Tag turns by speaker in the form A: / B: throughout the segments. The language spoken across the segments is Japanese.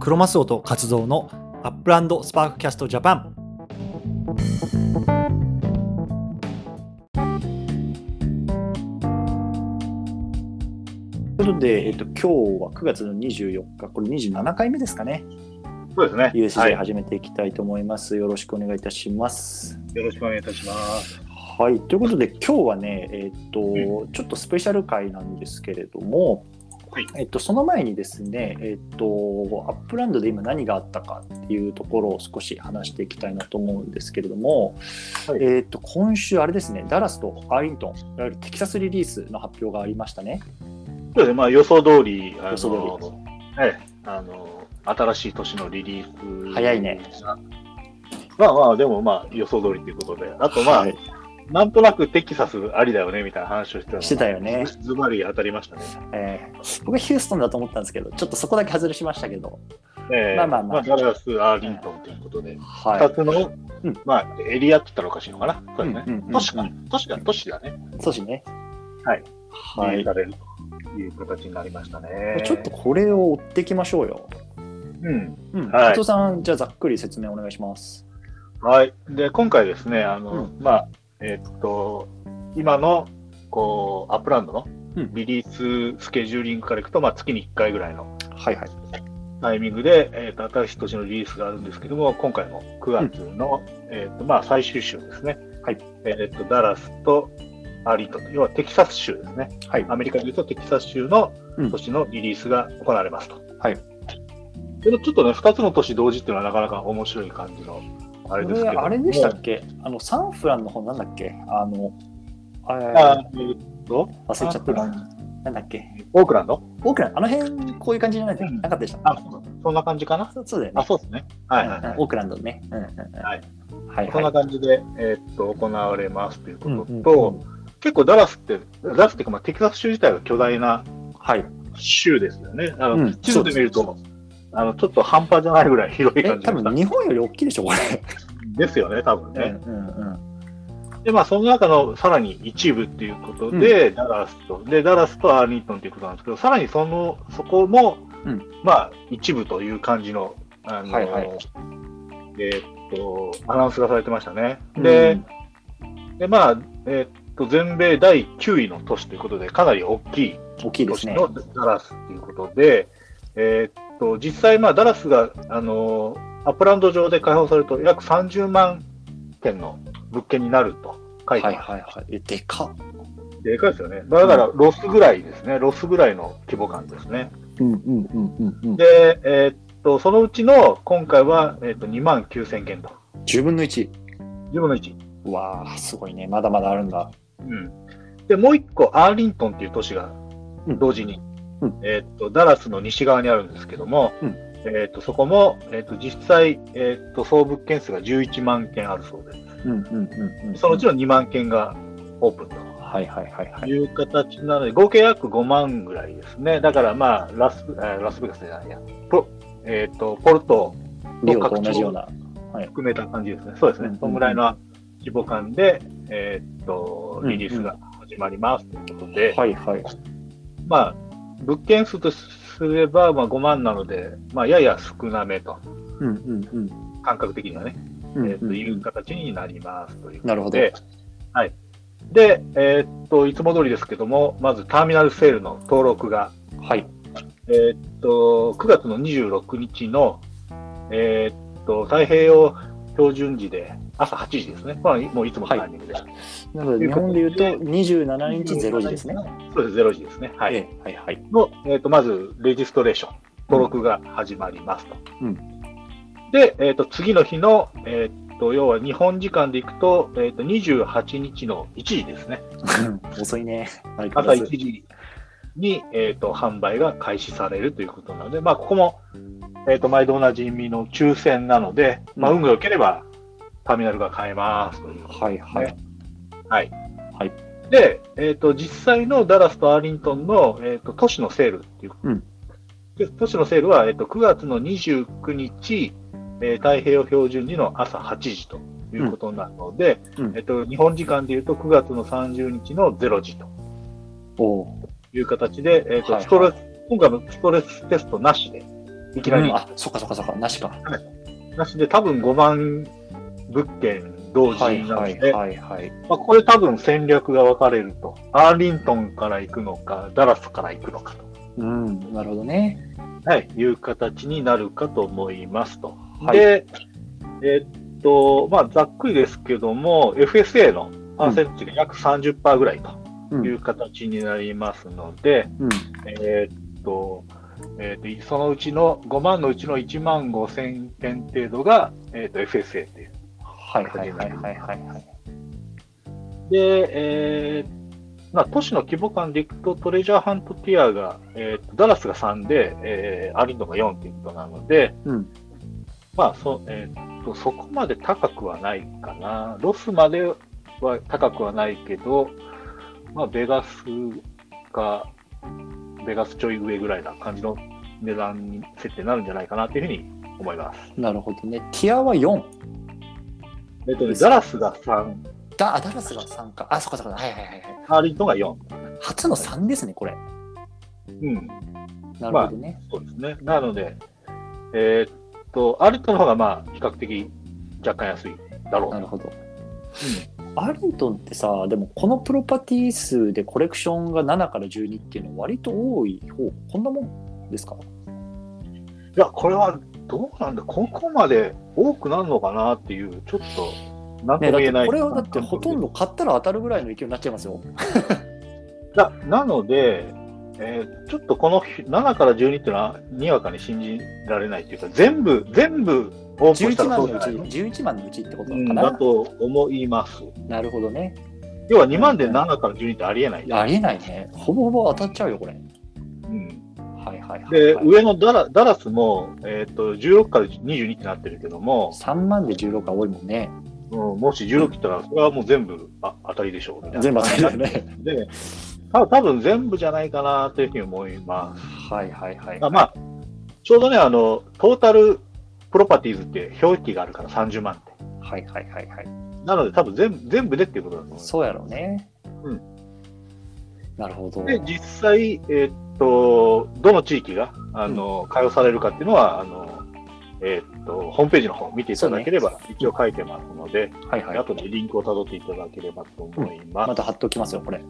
A: クロマスオと活動のアップランドスパークキャストジャパンということで、えっと、今日は9月の24日、これ27回目ですかね、
B: そうですね。
A: USJ 始めていきたいと思います。よろしくお願いいたします。
B: よろしくお願いいたします。
A: はい、ということで今日はね、えーっとちょっとスペシャル回なんですけれども、
B: はい
A: えっとその前にですね、えっとアップランドで今何があったかっていうところを少し話していきたいなと思うんですけれども、
B: はい
A: えっと今週あれですねダラスとアーリントンいわゆるテキサスリリースの発表がありましたね。
B: そうですね。まあ予想通り、あ
A: 予想通
B: の、はい、あの新しい年のリリース
A: 早いね。
B: まあまあでもまあ予想通りということで、あとまあ、
A: はい
B: なんとなくテキサスありだよねみたいな話をしてたのが
A: してたよね。
B: ズバリ当たりましたね。
A: えー僕はヒューストンだと思ったんですけどちょっとそこだけ外れしましたけど、
B: ええ
A: まあまあまあ
B: ダラス、アーリントンということで、
A: は
B: 二つの、
A: うん
B: まあエリアって言ったらおかしいのかな。そううんです
A: うんうん
B: ね。都市か、都市だ、都市だね。
A: そうしね。
B: はい
A: は
B: リリー
A: い
B: スされるという形になりましたね。
A: ちょっと、これを追っていきましょうよ。
B: うん。
A: うん、
B: はい
A: 伊藤さん、じゃあざっくり説明お願いします。
B: はい。で、今回ですね、あの、
A: う
B: まあ、えっと、今の、こう、アップランドの
A: うん
B: リリーススケジューリングからいくと、まあ、月に1回ぐらいの
A: はいはい。
B: タイミングで、えっと、新しい年のリリースがあるんですけども、今回も9月の、えっと、まあ、最終週ですね。
A: はい。
B: えっと、ダラスとアリートン、要はテキサス州ですね。
A: はい。
B: アメリカでいうとテキサス州の
A: うん
B: 都市のリリースが行われますと。
A: はい。
B: でちょっとね、2つの都市同時っていうのはなかなか面白い感じの、あ
A: あ
B: れ
A: れ
B: ですけど。
A: あれでしたっけあの、サンフランの方なんだっけあの、あ
B: あえーっと、
A: 忘れちゃっ
B: オ
A: た
B: ークラ
A: な。
B: ン
A: なんだっけ
B: オークランド
A: オークラン、あの辺、こういう感じじゃないで
B: うん
A: なかったでした
B: あ、そうそんな感じかな
A: そうそうだよ
B: あ、
A: ね。
B: そうですね。はいはい、
A: うん
B: は
A: うんオークランドね。うんうんうん
B: はい
A: はい
B: い。そん
A: は。
B: ない感じで、えーっと、行われますというこ
A: うんう
B: とと、
A: んうん
B: 結構ダラスって、ダラスっていうか、まあ、テキサス州自体が巨大な
A: はい。
B: 州ですよね。あの、
A: うん
B: 地図で見ると、あの、ちょっと半端じゃないぐらい広い
A: え、
B: 感じ
A: 多
B: がした
A: 分日本より大きいでしょ、これ。
B: ですよね、多分ね。
A: うんうんうん
B: で、まあ、その中のさらに一部っていうことで、ダラスと、で、ダラスとアーリントンということなんですけど、さらにその、そこも、
A: うん
B: まあ、一部という感じの、あの、
A: はいはい
B: えーっと、アナウンスがされてましたね。
A: うん。
B: で、でまあ、えーっと、全米第9位の都市ということで、かなり大きい
A: 大きいで
B: 都
A: す
B: 市
A: ね。
B: のダラスということで、えーっと、実際、まあ、ダラスが、あの、アップランド上で開放されると、約30万件の物件になると書
A: はい
B: いて
A: は
B: ま
A: い
B: す。
A: はい。え、でかっ。
B: でかいですよね。だから、ロスぐらいですね。ロスぐらいの規模感ですね。
A: うんうんうんうんうん。
B: で、えーっと、そのうちの、今回は、えーっと、2万9000件と。
A: 10分の1。
B: 10分の1。
A: わあ、すごいね。まだまだあるんだ。
B: うん。で、もう一個、アーリントンっていう都市が
A: う、ん
B: 同時に、
A: うん
B: えーっと、ダラスの西側にあるんですけども、
A: うん
B: えーっと、そこも、えーっと、実際、えーっと、総物件数が11万件あるそうで
A: うんうんうんうん。
B: す。そのうちの2万件がオープンと。
A: はいはいはいはい。
B: いう形なので、合計約5万ぐらいですね。だからまあ、ラスえーラスベガスじゃないや、ポ,、えー、とポルトを
A: リオと同じような。
B: 含めた感じですね。そうですね。
A: うん
B: そのぐらいの規模感で、えー、と
A: うん
B: リリースが始まりますということで、
A: はいはい。
B: まあ、物件数とすれば、まあ、5万なので、まあ、やや少なめと、
A: うんうんうん
B: 感覚的にはね、
A: うん
B: えー、という
A: うん。
B: 形になりますということで。
A: なるほど。
B: はい。で、えーっと、いつも通りですけども、まずターミナルセールの登録が
A: はい。
B: えーっと、9月の26日の、えーっと、太平洋標準時で、朝8時ですね。まあ、もういつものタイミングで。
A: なので、日本で言うと27日0時ですね。。
B: そうです、0時ですね。はい。
A: ええはいはい。
B: の、えーっと、まず、レジストレーション、登録が始まりますと。
A: うん
B: で、えーっと、次の日の、えーっと、要は日本時間でいくと、えーっと、28日の1時ですね。
A: 遅いね。はい
B: 朝1時に、えー、と販売が開始されるということなので、まあ、ここも、えー、と毎度おなじみの抽選なので、まあ、
A: うん
B: 運が良ければターミナルが買えますという。
A: はいはい。
B: はい
A: はい
B: で、えーと、実際のダラスとアーリントンの、えー、と都市のセールっていう、
A: うん
B: で都市のセールは、えー、と9月の29日、えー太平洋標準時の朝8時ということなので、
A: うんうん
B: えー、と日本時間でいうと9月の30日の0時と。
A: おお。
B: という形で、えーと
A: はいはい
B: ストレス今回もストレステストなしで、いきなり
A: うん、あそっかそっかそっかなしか
B: なしで、多分5万物件同時
A: はい
B: になの
A: は
B: で、
A: いはいはい
B: まあ、これ多分戦略が分かれると、アーリントンから行くのか、ダラスから行くのかと、
A: うんなるほどね
B: はい、いう形になるかと思いますと。
A: はい
B: で、えっと、まあ、ざっくりですけども、FSA のパーセンテージが約30%ぐらい
A: うん
B: という形になりますので、
A: うん
B: えーっと、えーっと、そのうちの5万のうちの1万5千件程度が、えーっと、FSA っていう。
A: はいはいはいはいはいはい
B: で、えーまあ、都市の規模感でいくと、トレジャーハントティアが、えーっと、ダラスが3で、えー、アリドが4っていうことなので、
A: うん
B: まあ、そ、えーっと、そこまで高くはないかな。ロスまでは高くはないけど、まあ、ベガスか、ベガスちょい上ぐらいな感じの値段に設定になるんじゃないかなというふうに思います。
A: なるほどねティアは4
B: えっとね、ダラスが3、
A: だあダラスが3かあそっかそっかはいはいはいはい
B: アーリントンが4。
A: 初の3ですねこれ
B: うん、
A: なるほどね、
B: そうですね。なので、えーっと、アルトの方がまあ、比較的若干安いだろう
A: な
B: と
A: る。ほどアリントンってさでもこのプロパティ数でコレクションが7から12っていうのは割と多い方こんなもんですか
B: いや、これはどうなんだ、ここまで多くなるのかなっていう、ちょっと、なん
A: ねだ
B: とも
A: っ
B: 言え
A: て
B: ない。
A: これはだってほとんど買ったら当たるぐらいの勢いになっちゃいますよ
B: だなので、えーちょっとこの日7から12っていうのは、にわかに信じられないというか、全部、全部、オープンした
A: 11
B: ら
A: 万
B: そう
A: の
B: じゃ
A: う
B: な
A: ち
B: いの
A: 11万のうちってこ
B: う
A: と
B: ん
A: か
B: だ
A: な、
B: と思います。
A: なるほどね
B: 要は2万で7から12ってありえない
A: い。やありえないねほぼほぼ当たっちゃうよこれ
B: うん
A: はいはいはい、
B: で、
A: はい、
B: 上のダラダラスも、えー、と16から22ってなってるけども、
A: 3万で16が多いもんね
B: うんもし16来たら、それはもう全部あ当たりでしょうみたいな
A: 全部当たりだよね
B: で、た多分全部じゃないかなというふうに思います。
A: はいはいはい
B: あまあ、ちょうどねあの、トータルプロパティーズって表記があるから30万って。
A: はいはいはいはい
B: なので、多分全部全部でっていうことだと思います。
A: そうやろうね
B: う
A: なるほど
B: で、実際、えーっと、どの地域があの開放されるかっていうのは、あのえーっとホームページの方見ていただければ、一応書いてますので、
A: はいはい
B: あとでリンクを辿っていただければと思います。
A: また貼っときますよこれ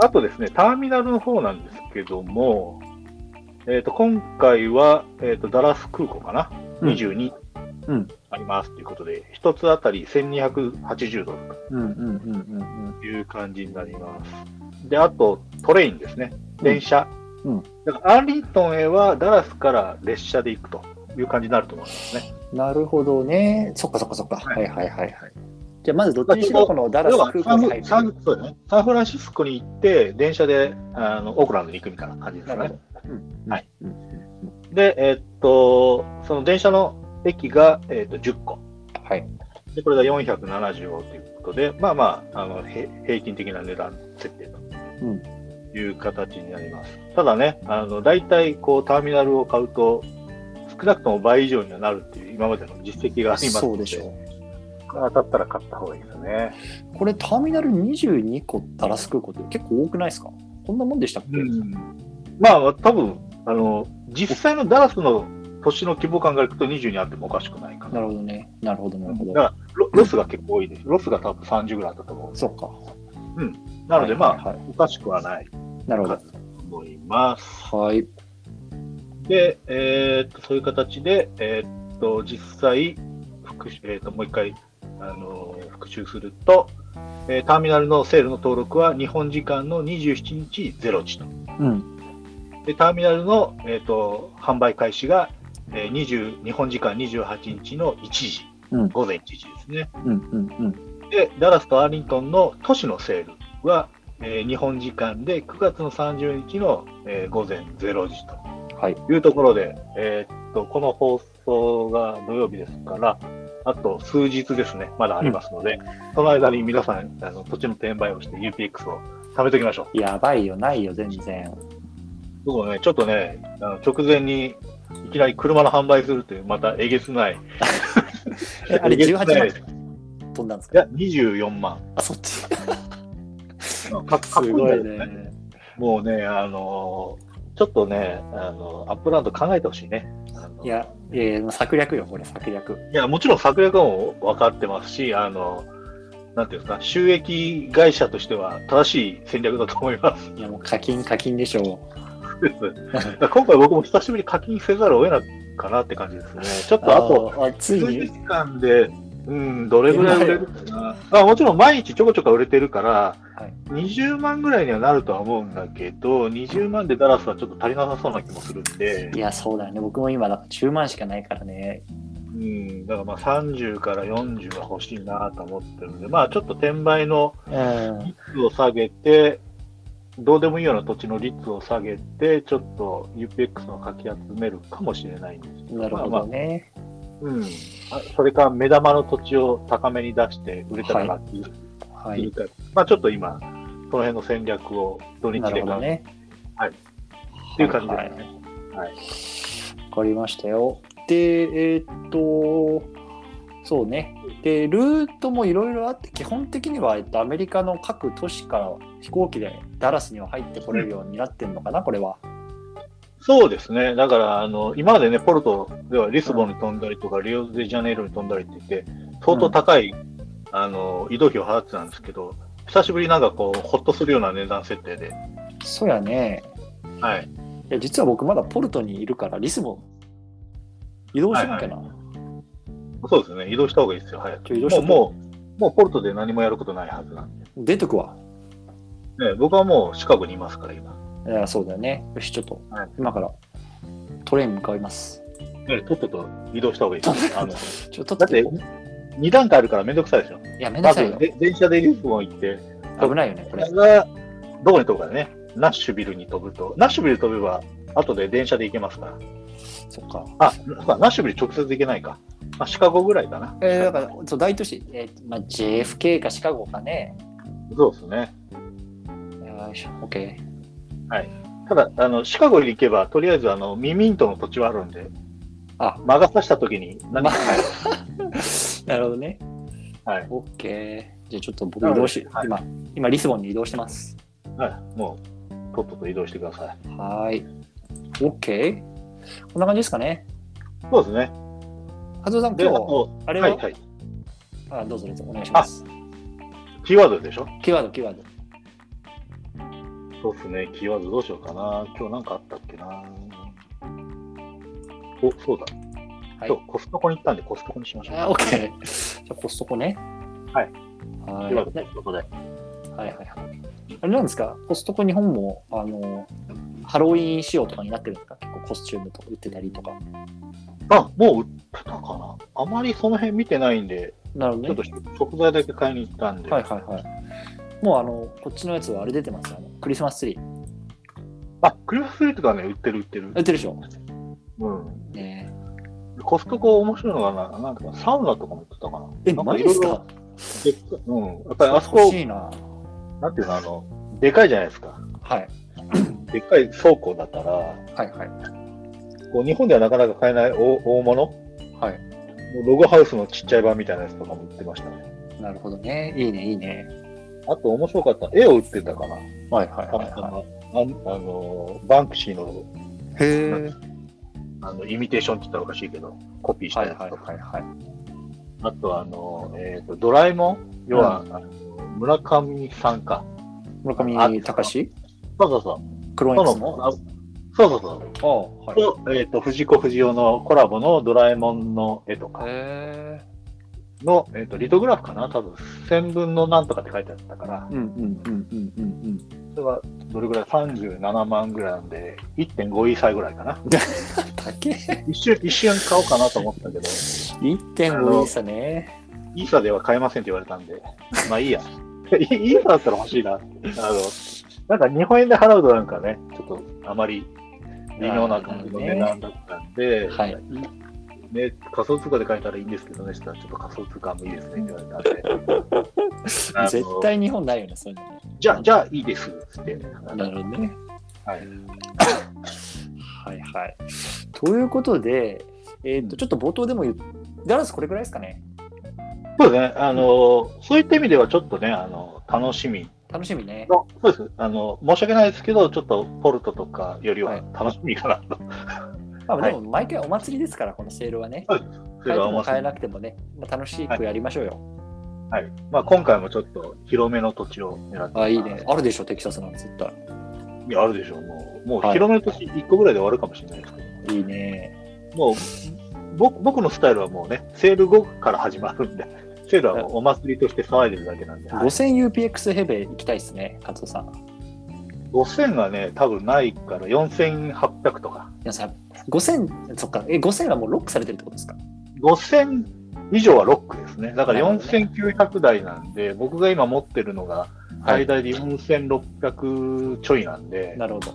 B: あとですね、ターミナルの方なんですけども、えっ、と、今回は、えっ、と、ダラス空港かな、
A: うん
B: 22
A: うん
B: ありますということで、一つあたり1280ドル
A: うんうんうんうんうん
B: という感じになります。で、あと、トレインですね、電車。
A: うんうん
B: だから、アーリントンへはダラスから列車で行くという感じになると思いますね。
A: なるほどね。そっかそっかそっか。はいはいはいはい。じゃあまずどっちにしろこのダラス
B: 要は
A: 空
B: サ
A: 港
B: ン
A: に
B: フ
A: 入る。
B: サンそうですねサンフランシスコに行って、電車であのオークランドに行くみたいな感じです
A: な
B: か
A: る
B: ね
A: ほ。ど。うん
B: はい。
A: うん
B: で、えーっと、その電車の駅が、えーっと10個。
A: はい。
B: で、これが475ということで、まあまあ、あのへ平均的な値段設定という形になります。ただね、あの大体こうターミナルを買うと、少なくとも倍以上にはなるっていう今までの実績があります
A: そ
B: の
A: う
B: で、
A: でしょ
B: 当たったら買った方がいいですね。
A: う。これターミナル22個ダラス空港って結構多くないですかこんなもんでしたっけ、
B: まあ、多分あの実際のダラスの都市の規模感からいくと22あってもおかしくないかな
A: な。るほどね。なるほどなるほ
B: だ
A: ど。
B: からロロスが結構多いです。ロスが多分30ぐらいだったと思
A: そうか。
B: う。なのでま
A: は
B: あ、
A: いはいはい
B: おかしくはない
A: なるほ
B: かと思います。
A: ど。はい。
B: で、えーっとそういう形で、えーっと実際復習、えーっともう一回、あのー復習すると、えーターミナルのセールの登録は日本時間の27日0時と。
A: うん。
B: でターミナルの、えーっと販売開始が、えー20日本時間28日の1時、
A: うん
B: 午前1時ですね。
A: うんうんうん。
B: で、ダラスとアーリントンの都市のセールは、えー日本時間で9月の30日の、えー午前0時
A: はい。
B: というところで、えーっと、この放送が土曜日ですから、あと数日ですね、まだありますので、その間に皆さん、あの土地の転売をして UPX を貯めておきましょう。
A: やばいよ、ないよ、全然。
B: 僕もね、ちょっとね、あの直前にいきなり車の販売するという、またえげつない。
A: え あれ
B: えげつない
A: 18飛んだんです
B: い
A: か
B: や、24万。
A: あ、そっち。す
B: かかっこいいん
A: ご
B: だ
A: い
B: けど
A: ね。
B: もうね、あのちょっとね、あの、アップランド考えてほしいね。あの
A: い、や、えー、策略よ、これ、策略。
B: いや、もちろん策略も分かってますし、あの、なんていうんですか、収益会社としては正しい戦略だと思い ます。
A: いや、もう課金、課金でしょ
B: だから今回僕も久しぶりに課金せざるを得なかなって感じですね。ちょっ
A: う。
B: とあと、
A: あー、あつい
B: 数日
A: に、
B: 間で、うん、どれぐらい売れるかな。まあ、もちろん毎日ちょこちょこ売れてるから、
A: はい
B: 20万ぐらいにはなるとは思うんだけど、20万でダラスはちょっと足りなさそうな気もするんで
A: い、や、そうだよね。僕も今、なんか10万しかないからね。
B: うん、だからまあ30から40は欲しいなと思ってるんで、まあちょっと転売の
A: うん。
B: 率を下げて、どうでもいいような土地の率を下げて、ちょっと UPX のかき集めるかもしれないんですけ
A: なるほどね。
B: うん、あそれか目玉の土地を高めに出して売れたらラッキー
A: は
B: 切り
A: い。
B: 替えまあちょっと今、その辺の戦略を土日
A: なる
B: で
A: ほ
B: 考
A: ど
B: え
A: ね。
B: はいっていう感じです
A: はい
B: ね。
A: わかりましたよ。で、えーっと、そうね。で、ルートもいろいろあって、基本的には、えっと、アメリカの各都市から飛行機でダラスには入ってこれるようになってんのかな、これは。
B: そうですね、だからあの今までね、ポルトではリスボンに飛んだりとか、リオデジャネイロに飛んだりって言って、相当高い、あの移動費を払ってたんですけど、久しぶりになんかこう、ほっとするような値段設定で、
A: そうやね。
B: はい、
A: いや、実は僕まだポルトにいるから、リスボン、移動しなきゃな。
B: そうですね、移動した方がいいですよ、早
A: ち
B: く。
A: ょ移動しと
B: もう
A: く
B: もうもうポルトで何もやることないはずなんで、
A: 出とくわ。
B: ね、僕はもうシカゴにいますから、今。
A: いや、そうだよね。よし、ちょっと、
B: はい
A: 今からトレイン向かいます。
B: ねとっとと移動した方がいいです。あの
A: ちょっと
B: だっ
A: 取
B: て
A: ってこ、
B: 2段階あるからめんどくさいでしょ。
A: う。いや、めんど
B: ま
A: くさい
B: ず
A: よ。
B: で電車でリスボン行って、
A: 危ないよね、こ
B: こ
A: れ
B: れ。がどこに飛ぶかね、ナッシュビルに飛ぶと、ナッシュビル飛べば、後で電車で行けますから。
A: そっか。
B: あ、そうかナッシュビル直接行けないか。あ、シカゴぐらいかな。
A: えー、だから、そう大都市、えーまあ、JFK かシカゴかね。
B: そうですね。
A: よいしょ、OK。
B: ただ、あの、シカゴに行けば、とりあえず、あの、ミミントの土地はあるんで、
A: あ
B: 魔が差した時に何か入る。
A: なるほどね。
B: はい。
A: OK。じゃあちょっと僕移動し、
B: はい
A: 今、今リスボンに移動してます。
B: はい。もう、とっとと移動してください。
A: はーい。OK。こんな感じですかね。
B: そうですね。
A: はずさん、
B: で、あ
A: 今日、
B: と、
A: あれ
B: は
A: は、
B: いはい。
A: あどうぞどうぞお願いします。
B: キーワードでしょ
A: キーワード、キーワード。
B: そうですね、キーワードどうしようかな。今日なんかあったっけな。お、そうだ。
A: はい
B: 今日コストコに行ったんで、コストコにしましょう。
A: あ、OK。じゃあコストコね。
B: はい。
A: は
B: キ
A: い。
B: ー
A: ね
B: ワードコストコで。
A: はいはいはい。あれなんですかコストコ日本も、あの、ハロウィン仕様とかになってるんですか結構コスチュームとか売ってたりとか。
B: あ、もう売ってたかな。あまりその辺見てないんで、
A: なるほ
B: ちょ
A: ど
B: っ
A: ね
B: と。食材だけ買いに行ったんで。
A: はいはいはい。もうあの、こっちのやつはあれ出てますよね。クリスマスツリー。
B: あ、クリスマススリーとかね、売ってる売ってる
A: 売。ってるでしょ
B: うん。
A: ね
B: コストコ面白いのがな、なんかサウナとかも売ってたかな。
A: え。え、
B: なん
A: マジです
B: いろいろ
A: か
B: でっかうん。やっぱりあそ
A: 欲
B: こ、
A: しいな。
B: なんていうの、あの、でかいじゃないですか。
A: はい。
B: でっかい倉庫だから、
A: はいはい。
B: こう日本ではなかなか買えない大大物
A: はい。
B: ログハウスのちっちゃい版みたいなやつとかも売ってましたね。
A: なるほどね。いいね、いいね。
B: あと面白かったの絵を売ってたかな。
A: はいはい
B: た
A: は
B: ま
A: い、
B: た
A: は
B: まあんあのバンクシーの
A: い。へえ。
B: あのイミテーションって言ったらおかしいけど、コピーした
A: はい
B: やつ
A: はい
B: と
A: は
B: か。
A: いはい。
B: あとあの、えーと、ドラえもん、要は、あの村上さんか。
A: 村上隆
B: そうそうそう。
A: 黒い
B: と
A: やつ
B: の
A: の
B: あそうそうそう。
A: ああ、はい。
B: と、えーと、藤子不二雄のコラボのドラえもんの絵とか
A: へえ。
B: の、えーと、リトグラフかな多分、千分のなんとかって書いてあったから。
A: うんうんうんうんうんうん。
B: それはどれぐらい ?37 万ぐらいなんで、1.5イーサーぐらいかな。
A: 高え。
B: 一瞬、一瞬買おうかなと思ったけど、
A: 1.5でしたね。
B: イーサーでは買えませんって言われたんで、まあいいや。イイーサーだったら欲しいな。あの、なんか日本円で払うとなんかね、ちょっとあまり微妙な感じの値段だったんで、
A: はいはい
B: ね、仮想通貨で買えたらいいんですけどね、したらちょっと仮想通貨もいいですねって言われ たんであの。
A: 絶対日本ないよね、そういうのね。
B: じゃあ、じゃあいいですって。
A: なるほどね。
B: はい。
A: はいはい。ということで、えーっと、ちょっと冒頭でも言っダラスこれぐらいですかね。
B: そうですね、あのそういった意味ではちょっとね、あの楽しみ
A: 楽しみね。
B: のそうですあの申し訳ないですけど、ちょっとポルトとかよりは楽しみかなと。
A: まあ、でも毎回お祭りですから、このセールはね。
B: そ
A: 変え
B: れ
A: て
B: は
A: も
B: 面
A: 変
B: 白
A: え
B: い
A: なくてもね、まあ、楽しくやりましょうよ。
B: はいまあ、今回もちょっと広めの土地を狙って
A: あ、いいね。。あるでしょ、テキサスなんて絶対。
B: いやあるでしょう、もう、も
A: は
B: う
A: い
B: 広めの土地1個ぐらいで終わるかもしれないですけど、
A: いいね。
B: もうぼ僕のスタイルはもうね、セール後から始まるんで、 セールはもうお祭りとして騒いでるだけなんで、はい
A: 5000UPX ヘベ行きたいですね、カツオさん。
B: 5000がね、多分ないから、4800とか、
A: 皆さん、5000、そっか、え、5000はもうロックされてるってことですか
B: 5000以上はロックですね、だから
A: なるほどね
B: 4900台なんで、僕が今持ってるのが、最大で4600ちょいなんで、
A: なるほど。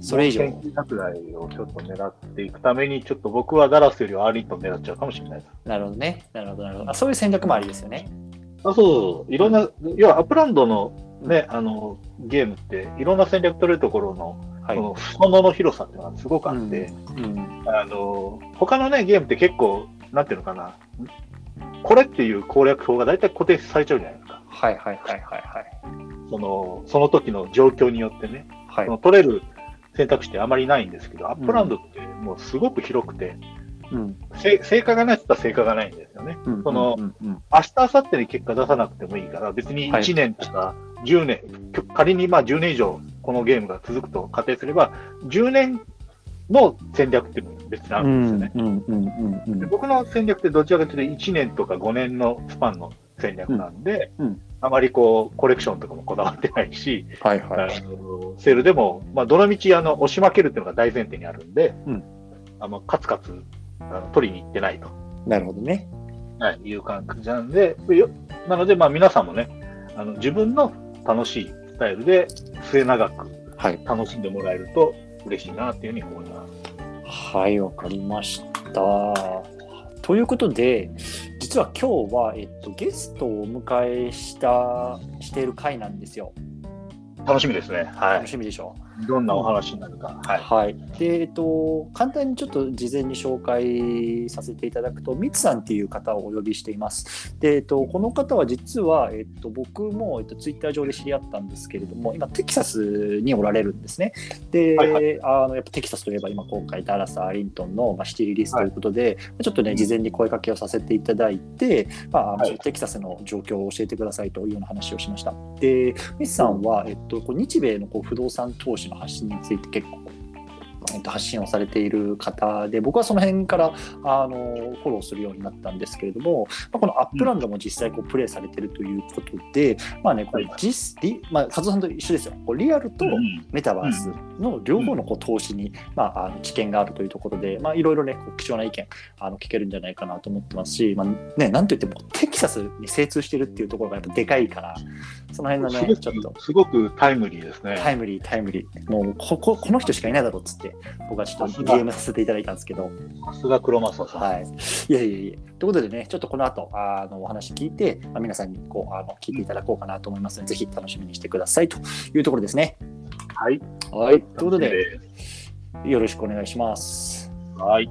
A: それ以上。
B: 4900台をちょっと狙っていくために、ちょっと僕はダラスよりはアーリントン狙っちゃうかもしれないです。
A: なるほどね。なるほど、なるほど。あそういう戦略もありですよね。
B: あそうそうそういろんな、要はアップランドの,、ね、あのゲームって、いろんな戦略取れるところの、
A: はい。
B: その裾野の広さっていうのがすごくあって、
A: うん、
B: あの他の、ね、ゲームって結構、なんていうのかな、これっていう攻略法が大体固定されちゃうじゃないですか、
A: はいはいはいはい
B: そのその時の状況によってね、
A: はい。
B: そ
A: は
B: の
A: い。
B: 取れる選択肢ってあまりないんですけど、アップランドってもうすごく広くて、
A: うん。
B: せ成果がないって言ったら成果がないんですよね。
A: うん
B: その
A: うんうん
B: 明日、明後日に結果出さなくてもいいから、別に
A: はい
B: 1年とか10年、きょ仮にまあ10年以上このゲームが続くと仮定すれば、10年の戦略っていうのも別にあ
A: う
B: るんですよ
A: ん
B: ね。
A: うんうんうんうん
B: で僕の戦略ってどちらかというと1年とか5年のスパンの戦略なんで、
A: うんうん
B: あまりこうコレクションとかもこだわってないし、
A: はいはい。
B: あのセールでも、まあ、どの道あの押し負けるっていうのが大前提にあるんで、
A: うん
B: あのカツカツあの取りに行ってないと。
A: なるほどね。
B: はい、いう感じなんで、よなので、まあ、皆さんもね、あの自分の楽しいスタイルで末永く
A: はい。
B: 楽しんでもらえると嬉しいなっていうふうに思います。
A: はい、わかりました。ということで、実は今日は、えっと、ゲストをお迎えした、している回なんですよ。
B: 楽しみですね。は
A: 楽
B: い。
A: しみでしょ
B: どんなお話になるか。はい。
A: はい、で、えっと、簡単にちょっと事前に紹介させていただくと、ミツさんっていう方をお呼びしています。で、えっと、この方は実は、えっと、僕も、えっと、ツイッター上で知り合ったんですけれども、今、テキサスにおられるんですね。で、
B: はいは
A: あのやっぱテキサスといえば、今、今回、ダラス・アーリントンの、まあ、シティリリースということで、ちょっとね、事前に声かけをさせていただいて、まああの
B: はい
A: テキサスの状況を教えてくださいというような話をしました。で、ミスさんは、えっと、こう日米のこう不動産投資の発信について結構、えっと、発信をされている方で僕はその辺からあのフォローするようになったんですけれども、まあ、このアップランドも実際こうプレイされているということで、まあねこう
B: はい
A: 実リまあ、和夫さんと一緒ですよこうリアルと
B: うん
A: メタバースの両方のこう投資に、まあ、あの知見があるというところで、まあ、いろいろねこう貴重な意見あの聞けるんじゃないかなと思ってますし、まあね、なんといってもテキサスに精通してるっていうところがやっぱでかいからその辺の
B: す
A: ね
B: ご
A: ちょっと
B: くすごくタイムリーです
A: タ
B: ね。
A: イムリータイムリーもうこここの人しかいないだろうっつって僕はちょっ
B: さ
A: と
B: すが
A: DM させていただいたんですけど。
B: さすが黒正さん。
A: はい、いやいやいや。ということでね、ちょっとこの後あのお話聞いて、まあ、皆さんにこうあの聞いていただこうかなと思いますので、ぜひ楽しみにしてくださいというところですね。
B: はい。
A: はい、ということで、
B: 楽しみす
A: よろしくお願いします。
B: はい。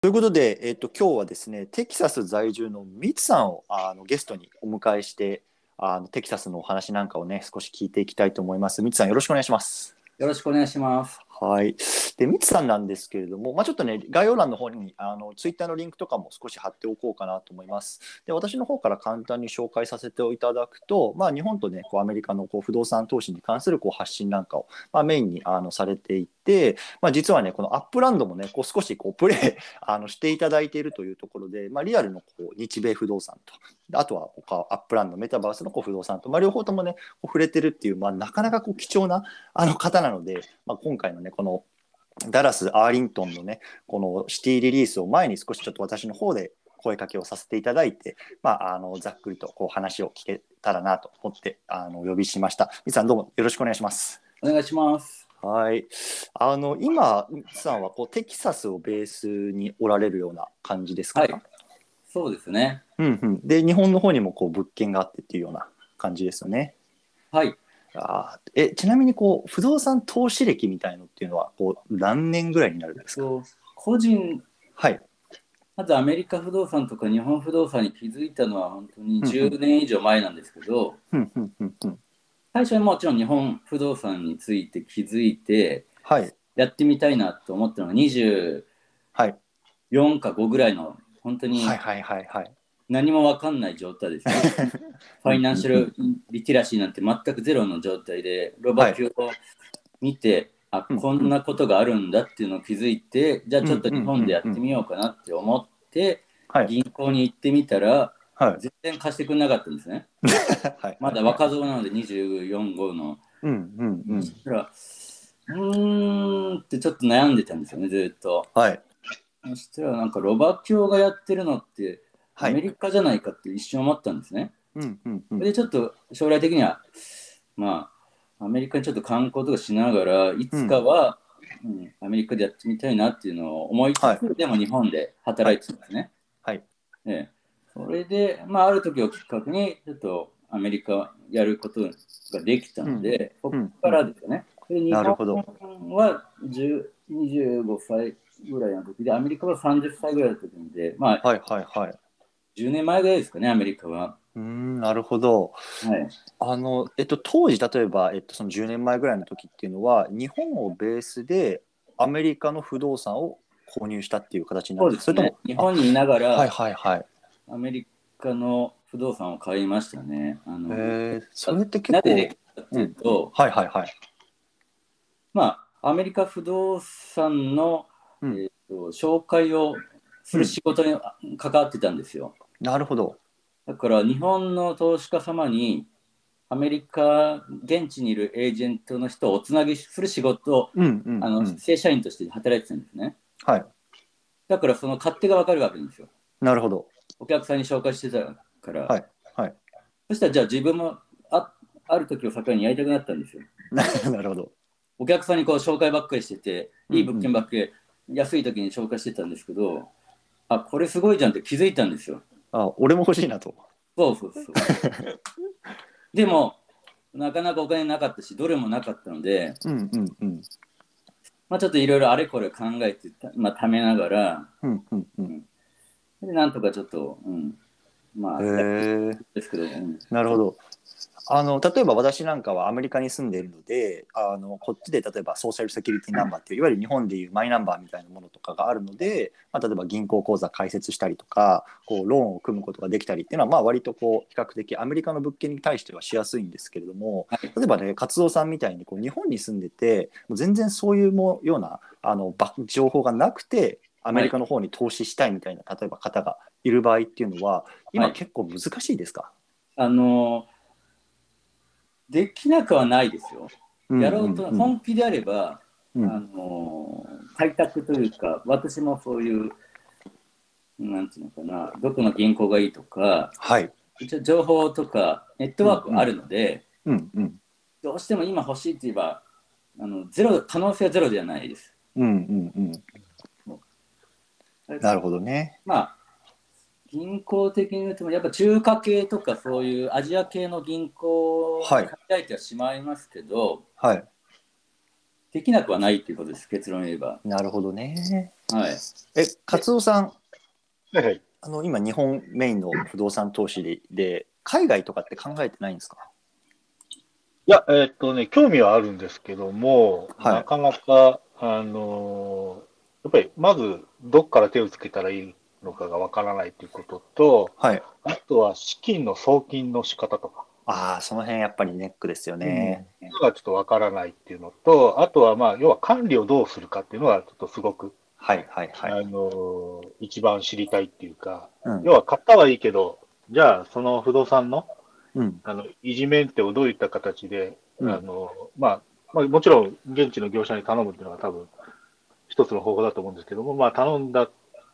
A: ということで、えっと今日はですねテキサス在住のミツさんをあのゲストにお迎えしてあのテキサスのお話なんかをね少し聞いていきたいと思います。ミツさんよろしくお願いします。
C: よろしくお願いします。
A: はい、でミツさんなんですけれども、まあ、ちょっとね概要欄の方にあのツイッターのリンクとかも少し貼っておこうかなと思います。で私の方から簡単に紹介させていただくと、まあ、日本と、ね、こうアメリカのこう不動産投資に関するこう発信なんかを、まあ、メインにあのされていて、まあ、実は、ね、このアップランドも、ね、こう少しこうプレイあのしていただいているというところで、まあ、リアルのこう日米不動産とであとはこうアップランドメタバースのこう不動産と、まあ、両方とも、ね、こう触れてるっていう、まあ、なかなかこう貴重なあの方なので、まあ、今回の、ね、このダラス・アーリントンのね、このシティリリースを前に少しちょっと私の方で声かけをさせていただいて、まあ、あのざっくりとこう話を聞けたらなと思ってあのお呼びしました。みつさんどうもよろしくお願いします。
C: お願いします。
A: はい。あの今みつさんはこうテキサスをベースにおられるような感じですか、
C: はいそうですね。
A: うんうん。で日本の方にもこう物件があってっていうような感じですよね。
C: はい。
A: あーえちなみにこう不動産投資歴みたいのっていうのはこう何年ぐらいになるんですか。
C: そう個人
A: はい。
C: まずアメリカ不動産とか日本不動産に気づいたのは本当に10年以上前なんですけど、
A: うんうんうんうん。
C: 最初はもちろん日本不動産について気づいて
A: はい。
C: やってみたいなと思ったのが24
A: はい。
C: か5ぐらいの本当に
A: はいはいはいはい。
C: 何も分かんない状態で すね、ファイナンシャルリテラシーなんて全くゼロの状態でロバキュを見て、
A: う
C: あ
A: ん
C: こんなことがあるんだっていうのを気づいて、じゃあちょっと日本でやってみようかなって思って、
A: はい。
C: 銀行に行ってみたら
A: はい。
C: 全然貸してくれなかったんですね
A: はい。
C: まだ若造なので24号の
A: うんうんうん
C: そ。したら、うーんってちょっと悩んでたんですよね、ずっと。
A: はい。
C: そしたら、なんかロバ教がやってるのって、
A: は
C: アメ
A: い。
C: リカじゃないかって一瞬思ったんですね。
A: うんうんう
C: そ
A: ん
C: れ。で、ちょっと将来的には、まあ、アメリカにちょっと観光とかしながら、いつかは、うんアメリカでやってみたいなっていうのを思いつつ、
A: は
C: でも日本で働いてたんですね。
A: はい。
C: ええ、それで、まあ、ある時をきっかけに、ちょっとアメリカやることができたので、
A: んうん
C: ここからですよね。で日
A: なるほ
C: 本
A: ど
C: は10 25歳ぐらいの時で、アメリカは30歳ぐらいの時なんで、まあ、
A: はいはいはい。
C: 10年前ぐらいですかね、アメリカは。
A: うーんなるほど。
C: はい、
A: あのえっと、当時、例えば、えっと、その10年前ぐらいの時っていうのは、日本をベースでアメリカの不動産を購入したっていう形にな
C: そ
A: る
C: うんで
A: ですか
C: すね。日本にいながら、
A: あはいはいはい。
C: アメリカの不動産を買いましたね。あの
A: えー、それって結
C: な
A: 構、
C: ぜできたかっていうと、
A: はいはいはい。
C: まあ、アメリカ不動産の、
A: うん
C: えーと紹介をする仕事に関わってたんですよ。
A: なるほど。
C: だから日本の投資家様にアメリカ現地にいるエージェントの人をおつなぎする仕事を、
A: うんうん、うん
C: あの正社員として働いてたんですね。
A: はい。
C: だからその勝手が分かるわけですよ。
A: なるほど。
C: お客さんに紹介してたから。
A: はいはい
C: そしたらじゃあ自分もあある時を境にやりたくなったんですよ。
A: ななるほど。
C: お客さんにこう紹介ばっかりしてて、
A: うんうん
C: いい物件ばっかり、安い時に紹介してたんですけど、あ、これすごいじゃんって気づいたんですよ。
A: あ俺も欲しいなと。
C: そうそ うそう。でも、なかなかお金なかったし、どれもなかったので、
A: うんうんうん。
C: まあ、ちょっといろいろあれこれ考えてた、まあ、貯めながら、
A: うんうんうん。
C: でなんとかちょっと、うん、まあ、
A: へえ
C: やったん
A: ー。
C: ですけど、うん
A: なるほど。あの例えば私なんかはアメリカに住んでいるのであのこっちで例えばソーシャルセキュリティナンバーっていういわゆる日本でいうマイナンバーみたいなものとかがあるので、まあ、例えば銀行口座開設したりとかこうローンを組むことができたりっていうのはまあ割とこう比較的アメリカの物件に対してはしやすいんですけれども
C: はい
A: 例えばね勝夫さんみたいにこう日本に住んでてもう全然そういうもようなあのば情報がなくてアメリカの方に投資したいみたいな例えば方がいる場合っていうのは今
C: はい
A: 結構難しいですか、
C: あのできなくはないですよ。やろうと、
A: んんん
C: 本気であれば、
A: うん
C: あの開拓というか、私もそういう、なんていうのかな、どこの銀行がいいとか、
A: はい。
C: 一応情報とかネットワークがあるので、
A: うんうん。
C: どうしても今欲しいって言えば、あのゼロ可能性はゼロではないです。
A: うんうんうん。なるほどね。
C: まあ銀行的に言うとも、やっぱ中華系とかそういうアジア系の銀行を
A: はい
C: 考えてはしまいますけど、
A: はい。
C: できなくはないっていうことです、結論を言えば。
A: なるほどね。
C: はい。
A: え、カツオさん、
B: はいはい。
A: あの今日本メインの不動産投資でで海外とかって考えてないんですか。
B: いや、えーっとね、興味はあるんですけども、
A: はい
B: なかなか、あのーやっぱりまず、どっから手をつけたらいいのかがわからないということと、
A: はい。
B: あとは資金の送金の仕方とか、
A: ああ、その辺やっぱりネックですよね。
B: がちょっとわからないっていうのと、あとは、まあ、要は管理をどうするかっていうのは、ちょっとすごく、
A: はいはいは
B: あ
A: い。
B: のー一番知りたいっていうか、
A: うん
B: 要は買ったはいいけど、じゃあ、その不動産の
A: うん
B: あの維持メンテをどういった形で、
A: うん
B: あのまあまあ、もちろん現地の業者に頼むっていうのが多分一つの方法だと思うんですけども、まあ、頼んだ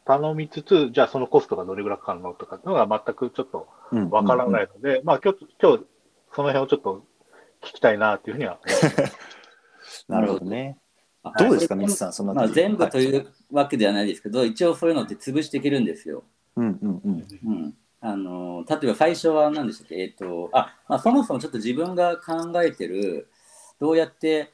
B: 頼みつつ、じゃあそのコストがどれぐらいかかるのとかっていうのが全くちょっと
A: うん。
B: わから
A: い。
B: ないので、まあ、今日今日その辺をちょっと聞きたいなっていうふうには思います
A: なるほどね。
C: あ
A: どうですか、
C: はい
A: ミスさん、その。
C: まあ、全部といううわけではないですけど、一応そういうのって潰していけるんですよ。
A: うんうんうん。
C: うん、あの例えば最初は何でしたっけ、えっとあまあ、そもそもちょっと自分が考えてるどうやって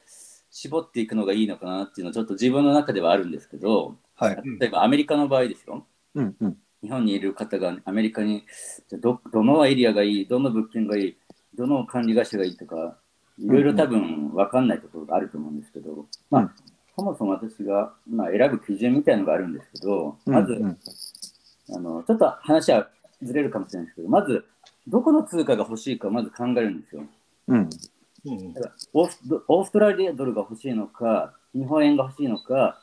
C: 絞っていくのがいいのかなっていうのはちょっと自分の中ではあるんですけど
A: はい。
B: うん
C: 例えばアメリカの場合ですよ、
A: うんうん
C: 日本にいる方がアメリカにじゃあどどのエリアがいい、どの物件がいい、どの管理会社がいいとか、いろいろ多分分かんないところがあると思うんですけど、ま
A: うん
C: あ、そもそも私が、まあ、選ぶ基準みたいのがあるんですけど、
A: うん
C: まず、
A: うん
C: あのちょっと話はずれるかもしれないですけど、まず、どこの通貨が欲しいかまず考えるんですよ。
A: うん
B: うん
C: だからオーストオーストラリアドルが欲しいのか、日本円が欲しいのか、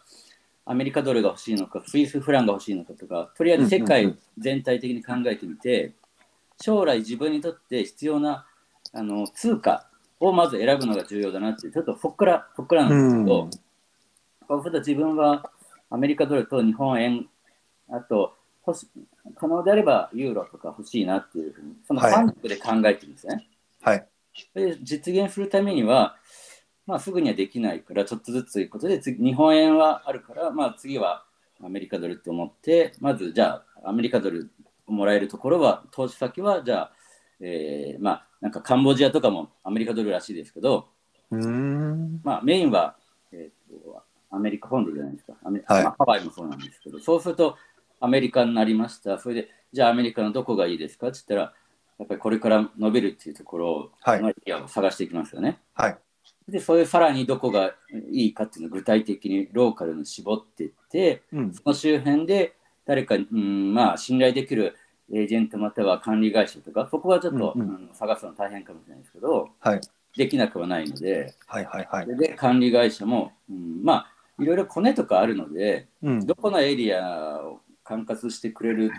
C: アメリカドルが欲しいのか、スイスフランが欲しいのかとか、とりあえず世
A: うんうん
C: 界全体的に考えてみて、将来自分にとって必要なあの通貨をまず選ぶのが重要だなっていう、ちょっとそっから、そっからなんですけど、まあ普段自分はアメリカドルと日本円、あと欲し可能であればユーロとか欲しいなっていうふうに、その
A: はい
C: 3国で考えてるんですね。
A: はい
C: で実現するためには、まあ、すぐにはできないからちょっとずつということで次日本円はあるから、まあ、次はアメリカドルと思ってまずじゃあアメリカドルもらえるところは投資先はじゃあ、えーまあなんかカンボジアとかもアメリカドルらしいですけど、
A: うーん
C: まあ、メインは、えーとアメリカ本土じゃないですかアメ、
A: はい
C: まあハワイもそうなんですけどそうするとアメリカになりましたそれでじゃあアメリカのどこがいいですかって言ったらやっぱりこれから伸びるっていうところを、
A: はい
C: のエリアを探していきますよね。
A: はい
C: で、それさらにどこがいいかっていうのを具体的にローカルに絞っていって、
A: うん
C: その周辺で誰かに、うんまあ、信頼できるエージェントまたは管理会社とか、そこはちょっと、
A: うんうん
C: あの探すの大変かもしれないですけど、
A: はい
C: できなくはないので、
A: はいはいはい
C: それで管理会社も、うんまあ、いろいろコネとかあるので、
A: うん
C: どこのエリアを管轄してくれる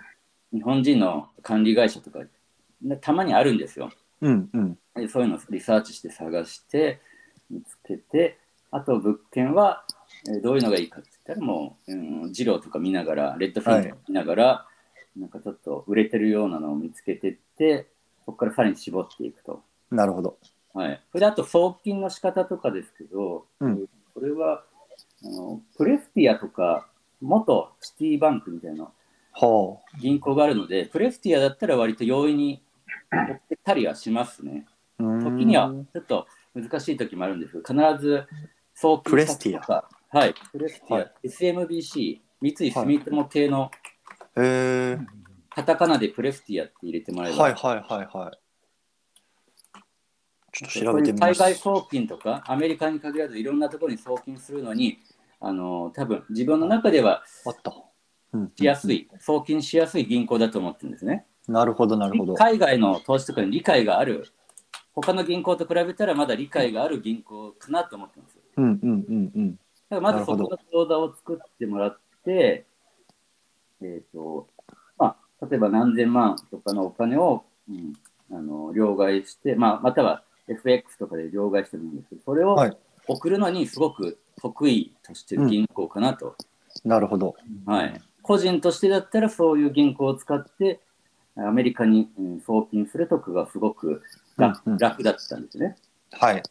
C: 日本人の管理会社とか、ねたまにあるんですよ。
A: うんうん
C: でそういうのをリサーチして探して見つけてあと物件はえーどういうのがいいかって言ったらもう、うん、ジローとか見ながらレッドフィンとか見ながら、なんかちょっと売れてるようなのを見つけてってそこからさらに絞っていくと。
A: なるほど
C: はい、それであと送金の仕方とかですけど、
A: うん
C: これはあのプレスティアとか元シティバンクみたいな
A: ほ
C: 銀行があるのでプレスティアだったら割と容易に持ってたりはしますね。
A: ううーん
C: 時にはちょっと難しい時もあるんですけど、必ず送金
A: プレスティ
C: ア。はい、プレスティア、
A: は
C: SMBC、三井住友系の
A: へえ
C: カタカナでプレスティアって入れてもらえば、
A: はいはいはいはいちょっと調
C: こう
A: べ
C: い
A: て
C: う
A: みま
C: 海
A: す
C: 外送金とか、アメリカに限らずいろんなところに送金するのに、あの多分自分の中では
A: あったうん
C: しやすい、送金しやすい銀行だと思ってるんですね。
A: なるほどなるほど
C: 海外の投資とかに理解がある、他の銀行と比べたらまだ理解がある銀行かなと思ってます。
A: うんうんうんうん
C: だからま
A: な
C: ず
A: る
C: そ
A: ほど
C: この口座を作ってもらって、えっ、と、まあ、例えば何千万とかのお金を、うん、あの両替して、まあ、または FX とかで両替してもいいんですけど、それを
A: はい
C: 送るのにすごく得意としてる銀行かなと。
A: なるほど
C: はい。個人としてだったらそういう銀行を使って、アメリカに、うん、送金するとかがすごく楽,、
A: うんうん
C: 楽だったんですね。
A: はい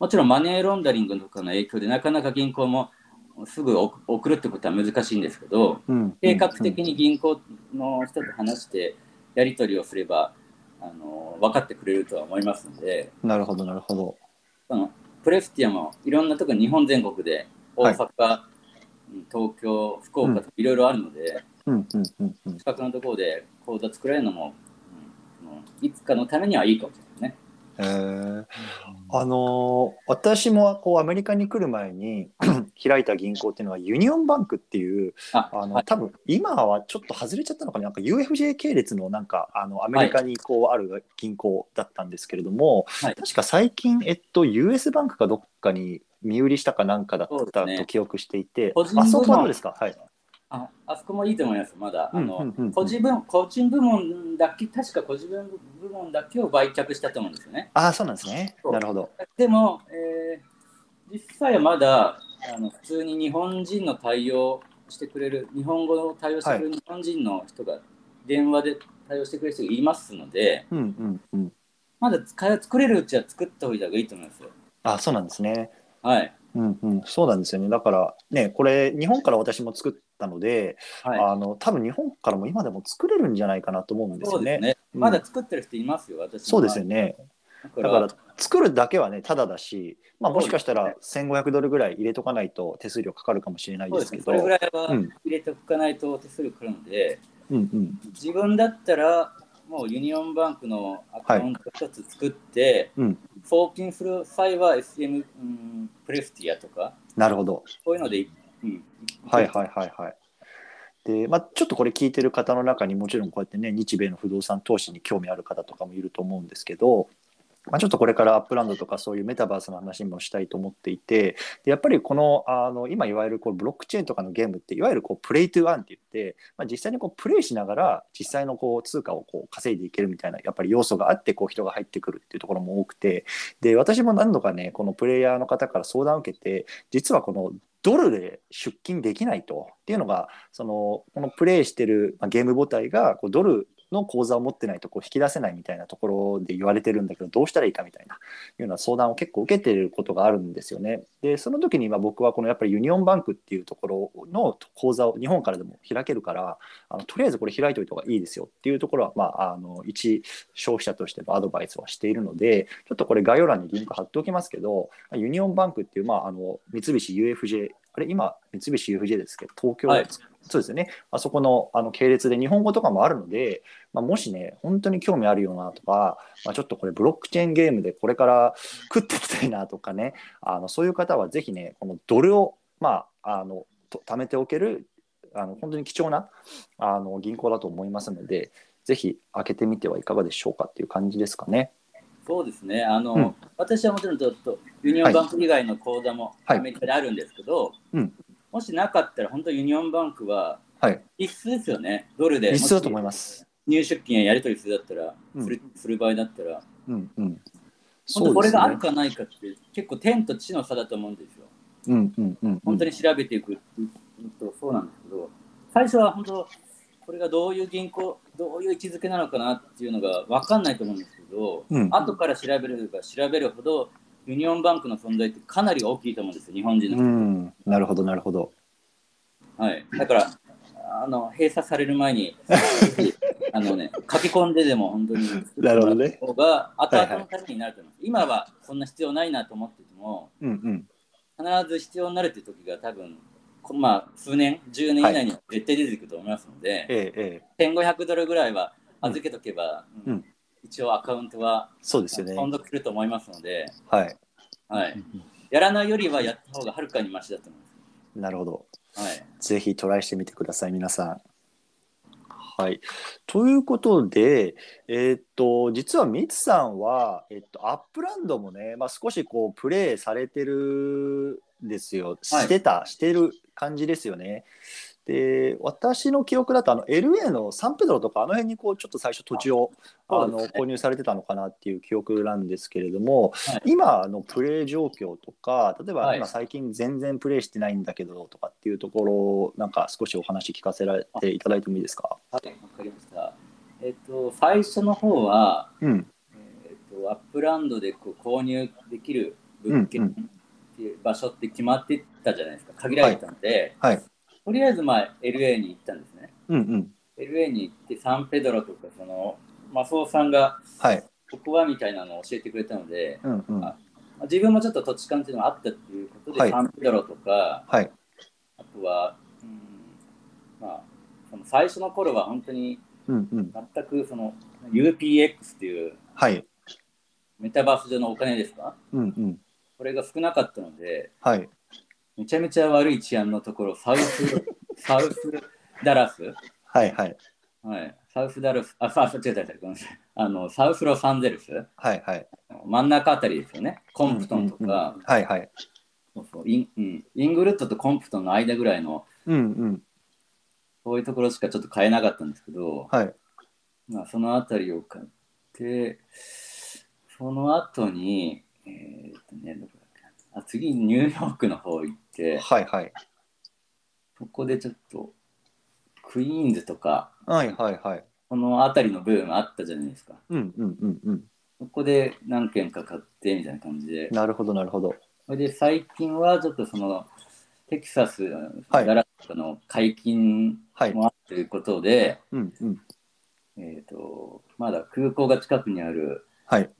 C: もちろんマネーロンダリングとかの影響でなかなか銀行もすぐ送送るってことは難しいんですけど
A: うん
C: 計画的に銀行の人と話してやり取りをすればあの分かってくれるとは思いますので
A: うんなるほどなるほど
C: そのプレスティアもいろんなところ日本全国で大
A: はい
C: 阪、うん東京福岡とかいろいろあるので、
A: うんうんうんうん
C: 近くのところで口座作られるのも、うんうんいつかのためにはいいかもしれないね。
A: へえあのー私もこうアメリカに来る前に 開いた銀行っていうのはユニオンバンクっていう
C: あ
A: あの、
C: はい
A: 多分今はちょっと外れちゃったのかななんか UFJ 系列のなんかあのアメリカにこうある銀行だったんですけれども、
C: はい
A: 確か最近、えっと、US バンクかどっかに身売りしたかなんかだっ
C: そう
A: た
C: です
A: と
C: ね
A: 記憶していて、
C: 個人
A: あそ
C: 部
A: こはど
C: 門
A: うですか、はい、
C: ああそこもいいと思います、まだ。あ
A: うんう
C: の
A: んうんうん
C: 個人部個人部門だけ、確か個人部門だけを売却したと思うんですよね。
A: ああそうなんですね
C: そう
A: なるほど
C: でも、えー実際はまだあの普通に日本人の対応してくれる、日本語の対応してくれる日本人の人が、電話で対応してくれる人がいますので、
A: うんうんうん
C: まだ使い作れるうちは作っておいた方がいいと思いますよ。
A: あそうなんですね
C: はい。
A: うんうん、そうなんですよねだからねこれ日本から私も作ったので、
C: は
A: あの多分日本からも今でも作れるんじゃないかなと思うん
C: い、
A: です
C: そ
A: よ
C: うです
A: ね。
C: ね、
A: うん
C: まだ作ってる人いますよ、私も
A: そうですよね。
C: だか
A: だ
C: ら
A: から作るだけはねただだし、まあ、もしかしたら1500ドルぐらい入れとかないと手数料かかるかもしれない
C: そう
A: で
C: ですす
A: け
C: ね。
A: ど
C: それぐらいは
A: うん
C: 入れておかないと手数料かかるので、
A: うんうん
C: 自分だったら、もうユニオンバンクのアカウント一つ作って、
A: はいうん
C: 送金する際は SM、うん、プレフティアとか、
A: なるほど
C: そういうので、うん、
A: はいはいはいはい。で、まあ、ちょっとこれ聞いてる方の中にもちろんこうやってね日米の不動産投資に興味ある方とかもいると思うんですけど、まあ、ちょっとこれからアップランドとかそういうメタバースの話もしたいと思っていてでやっぱりこのあの今いわゆるこうブロックチェーンとかのゲームっていわゆるこうプレイトゥーアンって言って、まあ、実際にこうプレイしながら実際のこう通貨をこう稼いでいけるみたいなやっぱり要素があってこう人が入ってくるっていうところも多くてで私も何度かねこのプレイヤーの方から相談を受けて実はこのドルで出金できないとっていうのがそのこのプレイしてるまあゲーム母体がこうドルの口座を持ってないとこう引き出せないみたいなところで言われてるんだけどどうしたらいいかみたいないうような相談を結構受けてることがあるんですよね。でその時に今僕はこのやっぱりユニオンバンクっていうところの口座を日本からでも開けるからあのとりあえずこれ開いといた方がいいですよっていうところは、まあ、あの一消費者としてのアドバイスはしているのでちょっとこれ概要欄にリンク貼っておきますけどユニオンバンクっていう、まあ、あの三菱 UFJ あれ今三菱 UFJ ですけど東京、
C: はい
A: そうですよねあそこのあの系列で日本語とかもあるので、まあ、もしね本当に興味あるよなとか、まあ、ちょっとこれブロックチェーンゲームでこれから食っていきたいなとかねあのそういう方はぜひねこのドルを、まあ、あのと貯めておけるあの本当に貴重なあの銀行だと思いますのでぜひ開けてみてはいかがでしょうかっていう感じですかね。
C: そうですね。あの、
A: うん
C: 私はもちろんちょっとユニオンバンク以外の口座も
A: はい
C: アメリカであるんですけど、
A: うん
C: もしなかったら本当ユニオンバンクは
A: はい、
C: 必須ですよね。ドルで
A: 必須だと思い
C: も
A: ま
C: し
A: す。
C: 入出金ややり取りするだったら、
A: うん
C: するする場合だったら、
A: うんうん。
C: 本当これがある
A: か。
C: かないかって結構天と地の差だと思うんですよ。
A: うんうんうんうん。
C: 本当に調べていくとそうなんですけど、最初は本当これがどういう銀行、どういう位置づけなのかなっていうのが分かんないと思うんですけど、
A: うん
C: 後から調べれば調べるほどユニオンバンクの存在ってかなり大きいと思うんですよ日本人の、
A: うん、なるほどなるほど。
C: はい、だからあの閉鎖される前に あのね書き込んででも本当に
A: なるほどね
C: 方が後々のためになると思います、今はそんな必要ないなと思ってても
A: うんうん。
C: 必ず必要になるっていう時が多分こまあ数年10年以内には絶対出てくると思いますので、
A: ええええ。
C: 1500ドルぐらいは預けとけば、
A: うん
C: うん一応アカウントは
A: そうですよね。
C: 存続すると思いますので、
A: はい。
C: はい、やらないよりはやった方がはるかにマシだと思い
A: なるほど。
C: ます。はい。
A: ぜひトライしてみてください皆さん。はい、ということで、えーっと実はミツさんは、えっと、アップランドもね、まあ、少しこうプレイされてるんですよ
C: はい
A: してた、してる感じですよね。で私の記憶だとあの LA のサンペドロとかあの辺にこうちょっと最初土地を
C: あ
A: あ、
C: そう
A: の
C: ですね
A: 購入されてたのかなっていう記憶なんですけれども、
C: はい
A: 今のプレイ状況とか例えば
C: はい
A: 今最近全然プレイしてないんだけどとかっていうところをなんか少しお話聞かせられていただいてもいいですか
C: はい、わかりました。えっと、最初の方は、
A: うん
C: えっと、アップランドでこう購入できる物件
A: うん
C: っていう場所って決まってたじゃないですか、限られてたので、
A: はいはい
C: とりあえず、まあ、LA に行ったんですね。
A: うんうん
C: LA に行って、サンペドロとか、その、マスオさんが、
A: はい
C: ここはみたいなのを教えてくれたので、
A: うんうん
C: あまあ自分もちょっと土地勘っていうのがあったっていうことで、
A: はい
C: サンペドロとか、
A: はい
C: あとは、うんまあ、その最初の頃は本当に
A: うんうん
C: 全くその UPX っていう
A: はい
C: メタバース上のお金ですか
A: うんうん
C: これが少なかったので、
A: はい
C: めちゃめちゃ悪い治安のところ、サ ウス、サウスダラス、
A: はいはい
C: はい、サウスダラス、あ、サウス、違う違う違う、ごめんなさい。あの、サウスロサンゼルス、
A: はいはい
C: 真ん中あたりですよね。コンプトンと
A: うんうんう
C: か
A: ん、はいはい
C: そうそうインうんイングルッドとコンプトンの間ぐらいの、
A: うんうん
C: そういうところしかちょっと買えなかったんですけど、
A: はい
C: まあ、そのあたりを買って、その後に、えーっとね、どこだっけなあ次にニューヨークの方行って、
A: はいはい
C: そこでちょっと、クイーンズとか、
A: はいはいはい
C: このあたりの部分あったじゃないですか。
A: うんうんうんうん
C: そこで何軒か買ってみたいな感じで、
A: なるほどなるほど
C: それで最近はちょっとその、テキサス、
A: はい
C: ダラスとかの解禁
A: はい
C: もあるということで、
A: うんうん
C: えーっと、まだ空港が近くにある
A: はい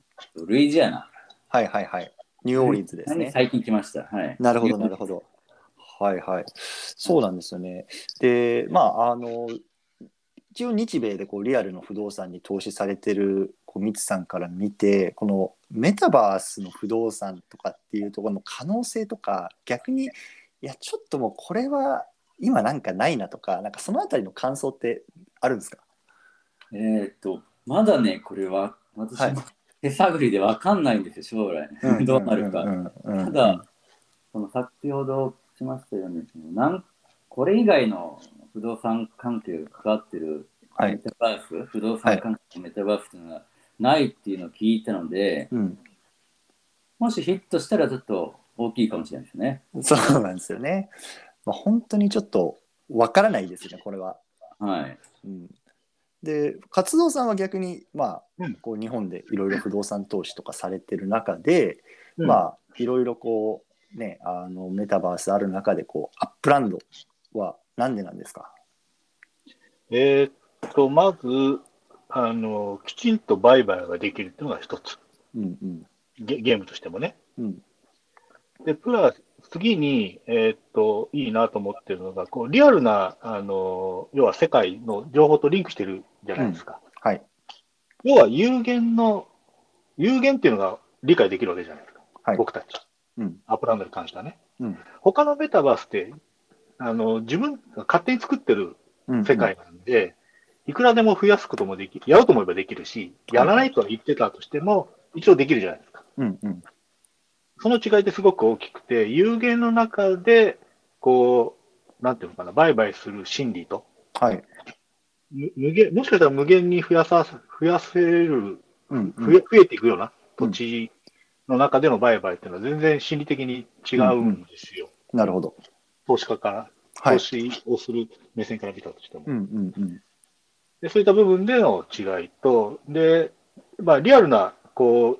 C: ルイジアナ
A: はいはいはい。ニューオーリンズですね。
C: 最近来ました。はい。
A: なるほど、なるほど。はいはい。そうなんですよね。で、まあ、あの、一応日米でこうリアルの不動産に投資されてるこう三津さんから見て、このメタバースの不動産とかっていうところの可能性とか、逆に、いや、ちょっともうこれは今なんかないなとか、なんかそのあたりの感想ってあるんですか
C: えーっと、まだね、これは、私
A: はい
C: も手探りで分かんないんですよ、将来。どうなるか。
A: んうんうん
C: ただ、その先ほどしましたように、そのなんこれ以外の不動産関係が関わってる
A: は
C: メ
A: い。
C: タバース、不動産関係のメタバースっていうのはないっていうのを聞いたので、
A: うん。
C: もしヒットしたらちょっと大きいかもしれないですね。
A: そうなんですよね。まあ、本当にちょっとわからないですよね、これは。
C: はい。
A: うん、で活動さんは逆に、まあ
B: うん
A: こう日本でいろいろ不動産投資とかされてる中で、
B: うん
A: まあいろいろこうねあのメタバースある中でこうアップランドはなんでなんですか
B: えーっと、まず、あの、きちんと売買ができるっていうのが一つ。
A: うんうん
B: ゲゲームとしてもね。
A: うん
B: で、プラス、次に、えーっと、いいなと思ってるのが、こう、リアルな、あの、要は世界の情報とリンクしてるじゃないですか。
A: はい
B: 要は有限の、有限っていうのが理解できるわけじゃないですか。
A: はい
B: 僕たち。
A: うん
B: アップランドに関してはね。
A: うん
B: 他のメタバースって、あの、自分が勝手に作ってる
A: うん
B: 世界なんで、いくらでも増やすこともでき、やろうと思えばできるし、やらないとは言ってたとしても、一応できるじゃないですか。
A: うんうん
B: その違いってすごく大きくて、有限の中で、こう、なんていうのかな、売買する心理と、
A: はい
B: む無限、もしかしたら無限に増やさ、増やせる、
A: うんう
B: 増
A: ん
B: え増えていくような土地の中での売買っていうのは全然心理的に違うんですよ。
A: なるほど
B: 投資家から、
A: は
B: 投
A: い
B: 資をする目線から見たとしても。
A: うんうんうん
B: でそういった部分での違いと、でまあ、リアルなこう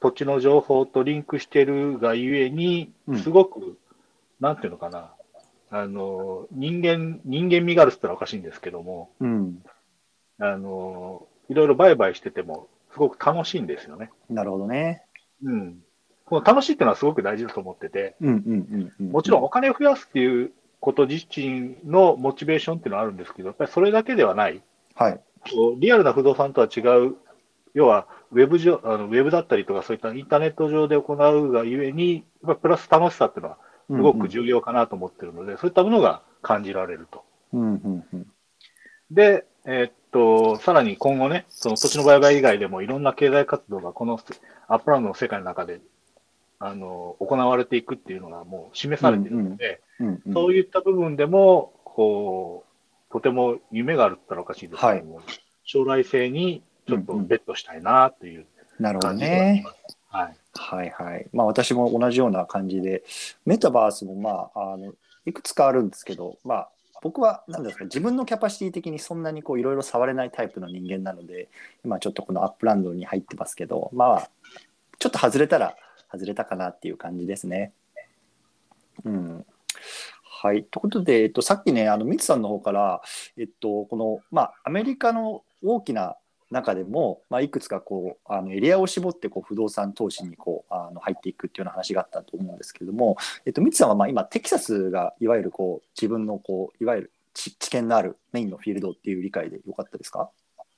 B: 土地の情報とリンクしてるがゆえに
A: うん、
B: すごく、なんていうのかな、あの人間人間味があるって言ったらおかしいんですけども、
A: うん
B: あのいろいろ売買してても、すごく楽しいんですよね。
A: なるほどね
B: うん、この楽しいっていうのはすごく大事だと思ってて、
A: うんうんうんうん
B: もちろんお金を増やすっていうこと自身のモチベーションっていうのはあるんですけど、やっぱりそれだけではない。
A: はい
B: こうリアルな不動産とは違う、要はウェブ上あのウェブだったりとか、そういったインターネット上で行うがゆえに、やっぱプラス楽しさっていうのはすごく重要かなと思ってるので、そういったものが感じられると。
A: うんうんうん
B: で、えーっと、さらに今後ね、その土地の売買以外でもいろんな経済活動がこのアップランドの世界の中であの行われていくっていうのがもう示されてるので、
A: うんうん
B: そういった部分でも、こう、とても夢があるって言ったらおかしいですけども、将来性にちょっとベットしたいなという
A: なるほど
B: 感じがし
A: ね
B: ます。はい。
A: はいはい。まあ私も同じような感じで、メタバースもまあ、あの、いくつかあるんですけど、まあ、僕は何ですか自分のキャパシティ的にそんなにこういろいろ触れないタイプの人間なので今ちょっとこのアップランドに入ってますけどまあちょっと外れたら外れたかなっていう感じですね。うんはい、ということで、えっと、さっきねあのミツさんの方から、えっと、この、まあ、アメリカの大きな中でも、まあ、いくつかこうあのエリアを絞ってこう不動産投資にこうあの入っていくっていうような話があったと思うんですけれども、えっと、ミツさんはまあ今テキサスがいわゆるこう自分のこういわゆる知知見のあるメインのフィールドっていう理解でよかったですか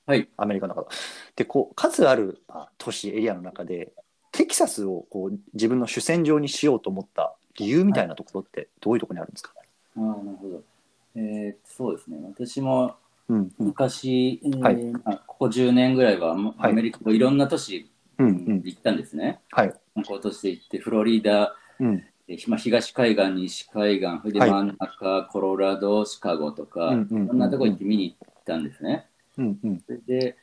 C: はい。
A: アメリカの中でこう数あるまあ都市エリアの中でテキサスをこう自分の主戦場にしようと思った理由みたいなところってどういうところにあるんですか、
C: ああ、なるほど。えーっと、そうですね。私も
A: うんうん
C: 昔、えー
A: はい
C: まあここ10年ぐらいはもう
A: はい
C: アメリカのいろんな都市
A: うんうん
C: に行ったんですね。
A: はい
C: 観光都市で行って、フロリダ、
A: うん
C: えーまあ、東海岸、西海岸、それで
A: はい
C: 真ん中、コロラド、シカゴとか、
A: うんうんうんうん
C: いろんなとこ行って見に行ったんですね。
A: うんうん
C: それで、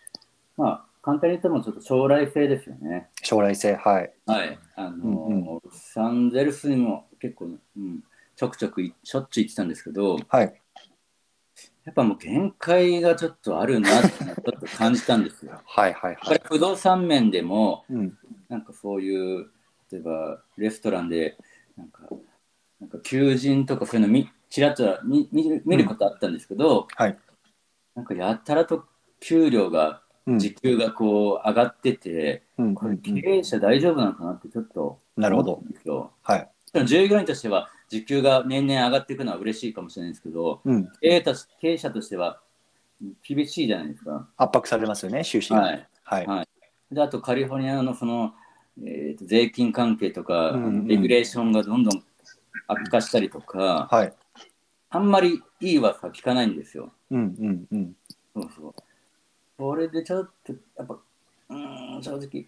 C: まあ、簡単に言ってもちょっと将来性ですよね。
A: 将来性はい
C: はい。あのー
A: うんう
C: ロサンゼルスにも結構、うん、ちょくちょくいしょっちゅう行ってたんですけど、
A: はい
C: やっぱもう限界がちょっとあるなってのはちょっと感じたん ですよ。
A: はいはい
C: こ
A: はい
C: れ不動産面でも
A: うん
C: なんかそういう例えばレストランでなんかなんか求人とかそういうのみちらちら見見る見ることあったんですけど、
A: はい
C: なんかやたらと給料が
A: うん
C: 時給がこう上がってて、
A: うん
C: これ経営者大丈夫なのかなってちょっと
A: なるほど
C: 思ったんですよ。
A: はい。
C: もちろん従業員としては時給が年々上がっていくのは嬉しいかもしれないですけど、
A: うん。
C: 経営とし経営者としては厳しいじゃないですか。
A: 圧迫されますよね、終始。。
C: はいい、
A: はい。
C: であとカリフォルニアのその、えーと税金関係とか、
A: うんうん
C: レギュレーションがどんどん悪化したりとか、
A: はい。
C: あんまりいい噂聞かないんですよ。
A: うんうんうん。
C: そうそう。これでちょっと、やっぱ、うーん、正直、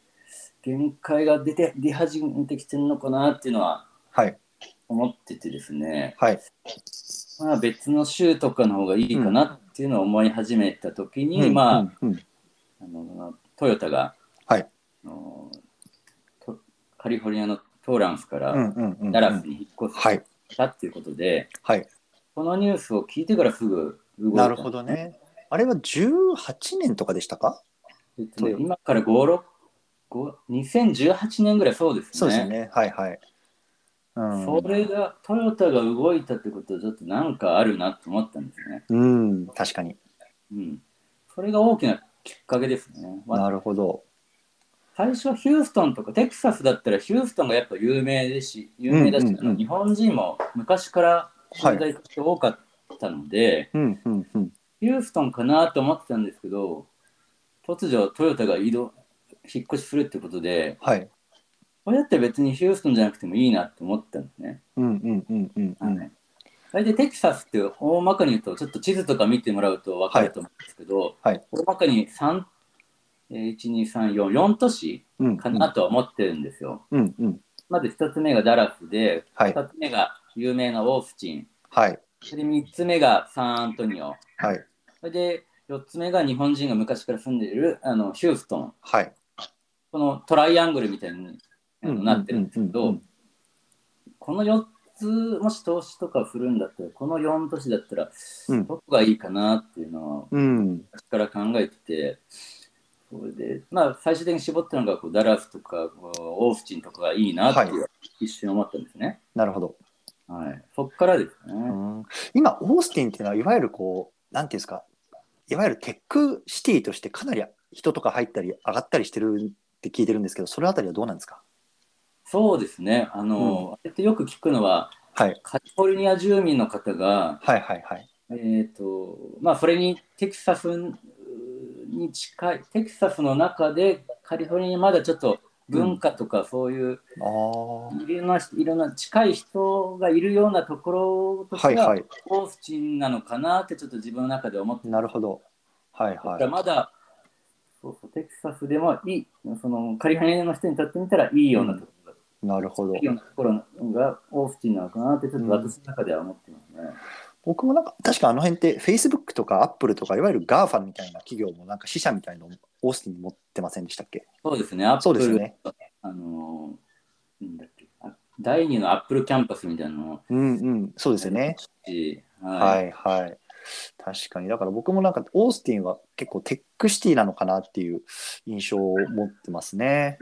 C: 限界が出て、出始めてきてるのかなっていうのは
A: はい。
C: 思っててですね、
A: はい。
C: まあ別の州とかの方がいいかなっていうのを思い始めたときに、まあ、
A: うんうん
C: あのトヨタが、
A: はい
C: あのとカリフォルニアのトーランスか
A: うん
C: ら
A: うんうんうん
C: ダラスに引っ越
A: はい。
C: したっていうことで、
A: はい。
C: このニュースを聞いてからすぐ動いた
A: なるほどね。あれは18年とかでしたか
C: えっとね今から5、6、5 2018年ぐらいそうですね。
A: そうですね。はいはい。うん。
C: それがトヨタが動いたってことはちょっとなんかあるなと思ったんですね。
A: うん、確かに。
C: うん。それが大きなきっかけですね。まあ
A: なるほど。
C: 最初ヒューストンとかテキサスだったらヒューストンがやっぱ有名ですし有名だ
A: う
C: し、
A: んうんうん
C: あの日本人も昔から
A: はい
C: 滞在して多かったので、
A: うんうんうん。
C: ヒューストンかなと思ってたんですけど突如トヨタが移動引っ越しするってことで
A: はい。
C: これだって別にヒューストンじゃなくてもいいなって思ったんですね。
A: うんうんうんうんう
C: あの
A: ん。
C: ね大体テキサスって大まかに言うとちょっと地図とか見てもらうと分かると思うんですけど、
A: はいはい
C: 大まかに3 1,2,3,4,4都市
A: うん
C: かなとは思ってるんですよ。
A: うんうん。
C: まず一つ目がダラスで、
A: はい
C: 二つ目が有名なオースチン、
A: はい。
C: それで三つ目がサンアントニオ、
A: はい。
C: それで四つ目が日本人が昔から住んでいるあのヒューストン、
A: はい。
C: このトライアングルみたいにあ
A: うんうんうんう
C: の
A: ん
C: なってるんですけど、この四つ、もし投資とか振るんだったら、この四都市だったら、
A: うん
C: どこがいいかなっていうのを
A: うん。
C: 昔から考えてて、それで、まあ、最終的に絞ったのがこうダラスとかこうオースチンとかがいいなっていう、
A: は
C: 一瞬思ったんですね。
A: なるほど。
C: はい、そっからですね。
A: うん今、オースティンっていうのは、いわゆるこう、なんていうんですか、いわゆるテックシティとしてかなり人とか入ったり上がったりしてるって聞いてるんですけど、それあたりはどうなんですか
C: そうですね。あの、あれってよく聞くのは、
A: はい。
C: カリフォルニア住民の方が、
A: はいはいはい。
C: えっ、と、まあ、それにテキサスに近い、テキサスの中で、カリフォルニアにまだちょっと文化とかそういう、
A: ああ。
C: いろんな、いろんな近い人がいるようなところとし
A: は
C: て
A: い
C: は、
A: はい。
C: オースチンなのかなってちょっと自分の中で思って
A: なるほど。はい
C: だ
A: は
C: か
A: い。
C: らまだ、そうそう、テキサスでもいい、そのカリフォルニアの人にとってみたらいいようなところだ
A: なるほど
C: いい。ようなところがオースティンなのかなってちょっと私の中では思ってますね。
A: 僕もなんか、確かあの辺って、Facebook とか Apple とか、いわゆる GAFA みたいな企業も、なんか支社みたいのをオースティンに持ってませんでしたっけ
C: そうですね、アップル
A: そうですよね。
C: あのー、なんだっけ、あ第二のアップルキャンパスみたいなのも
A: うんうん、そうですよね。
C: し、は。
A: はいいはい。確かに、だから僕もなんか、オースティンは結構テックシティなのかなっていう印象を持ってますね。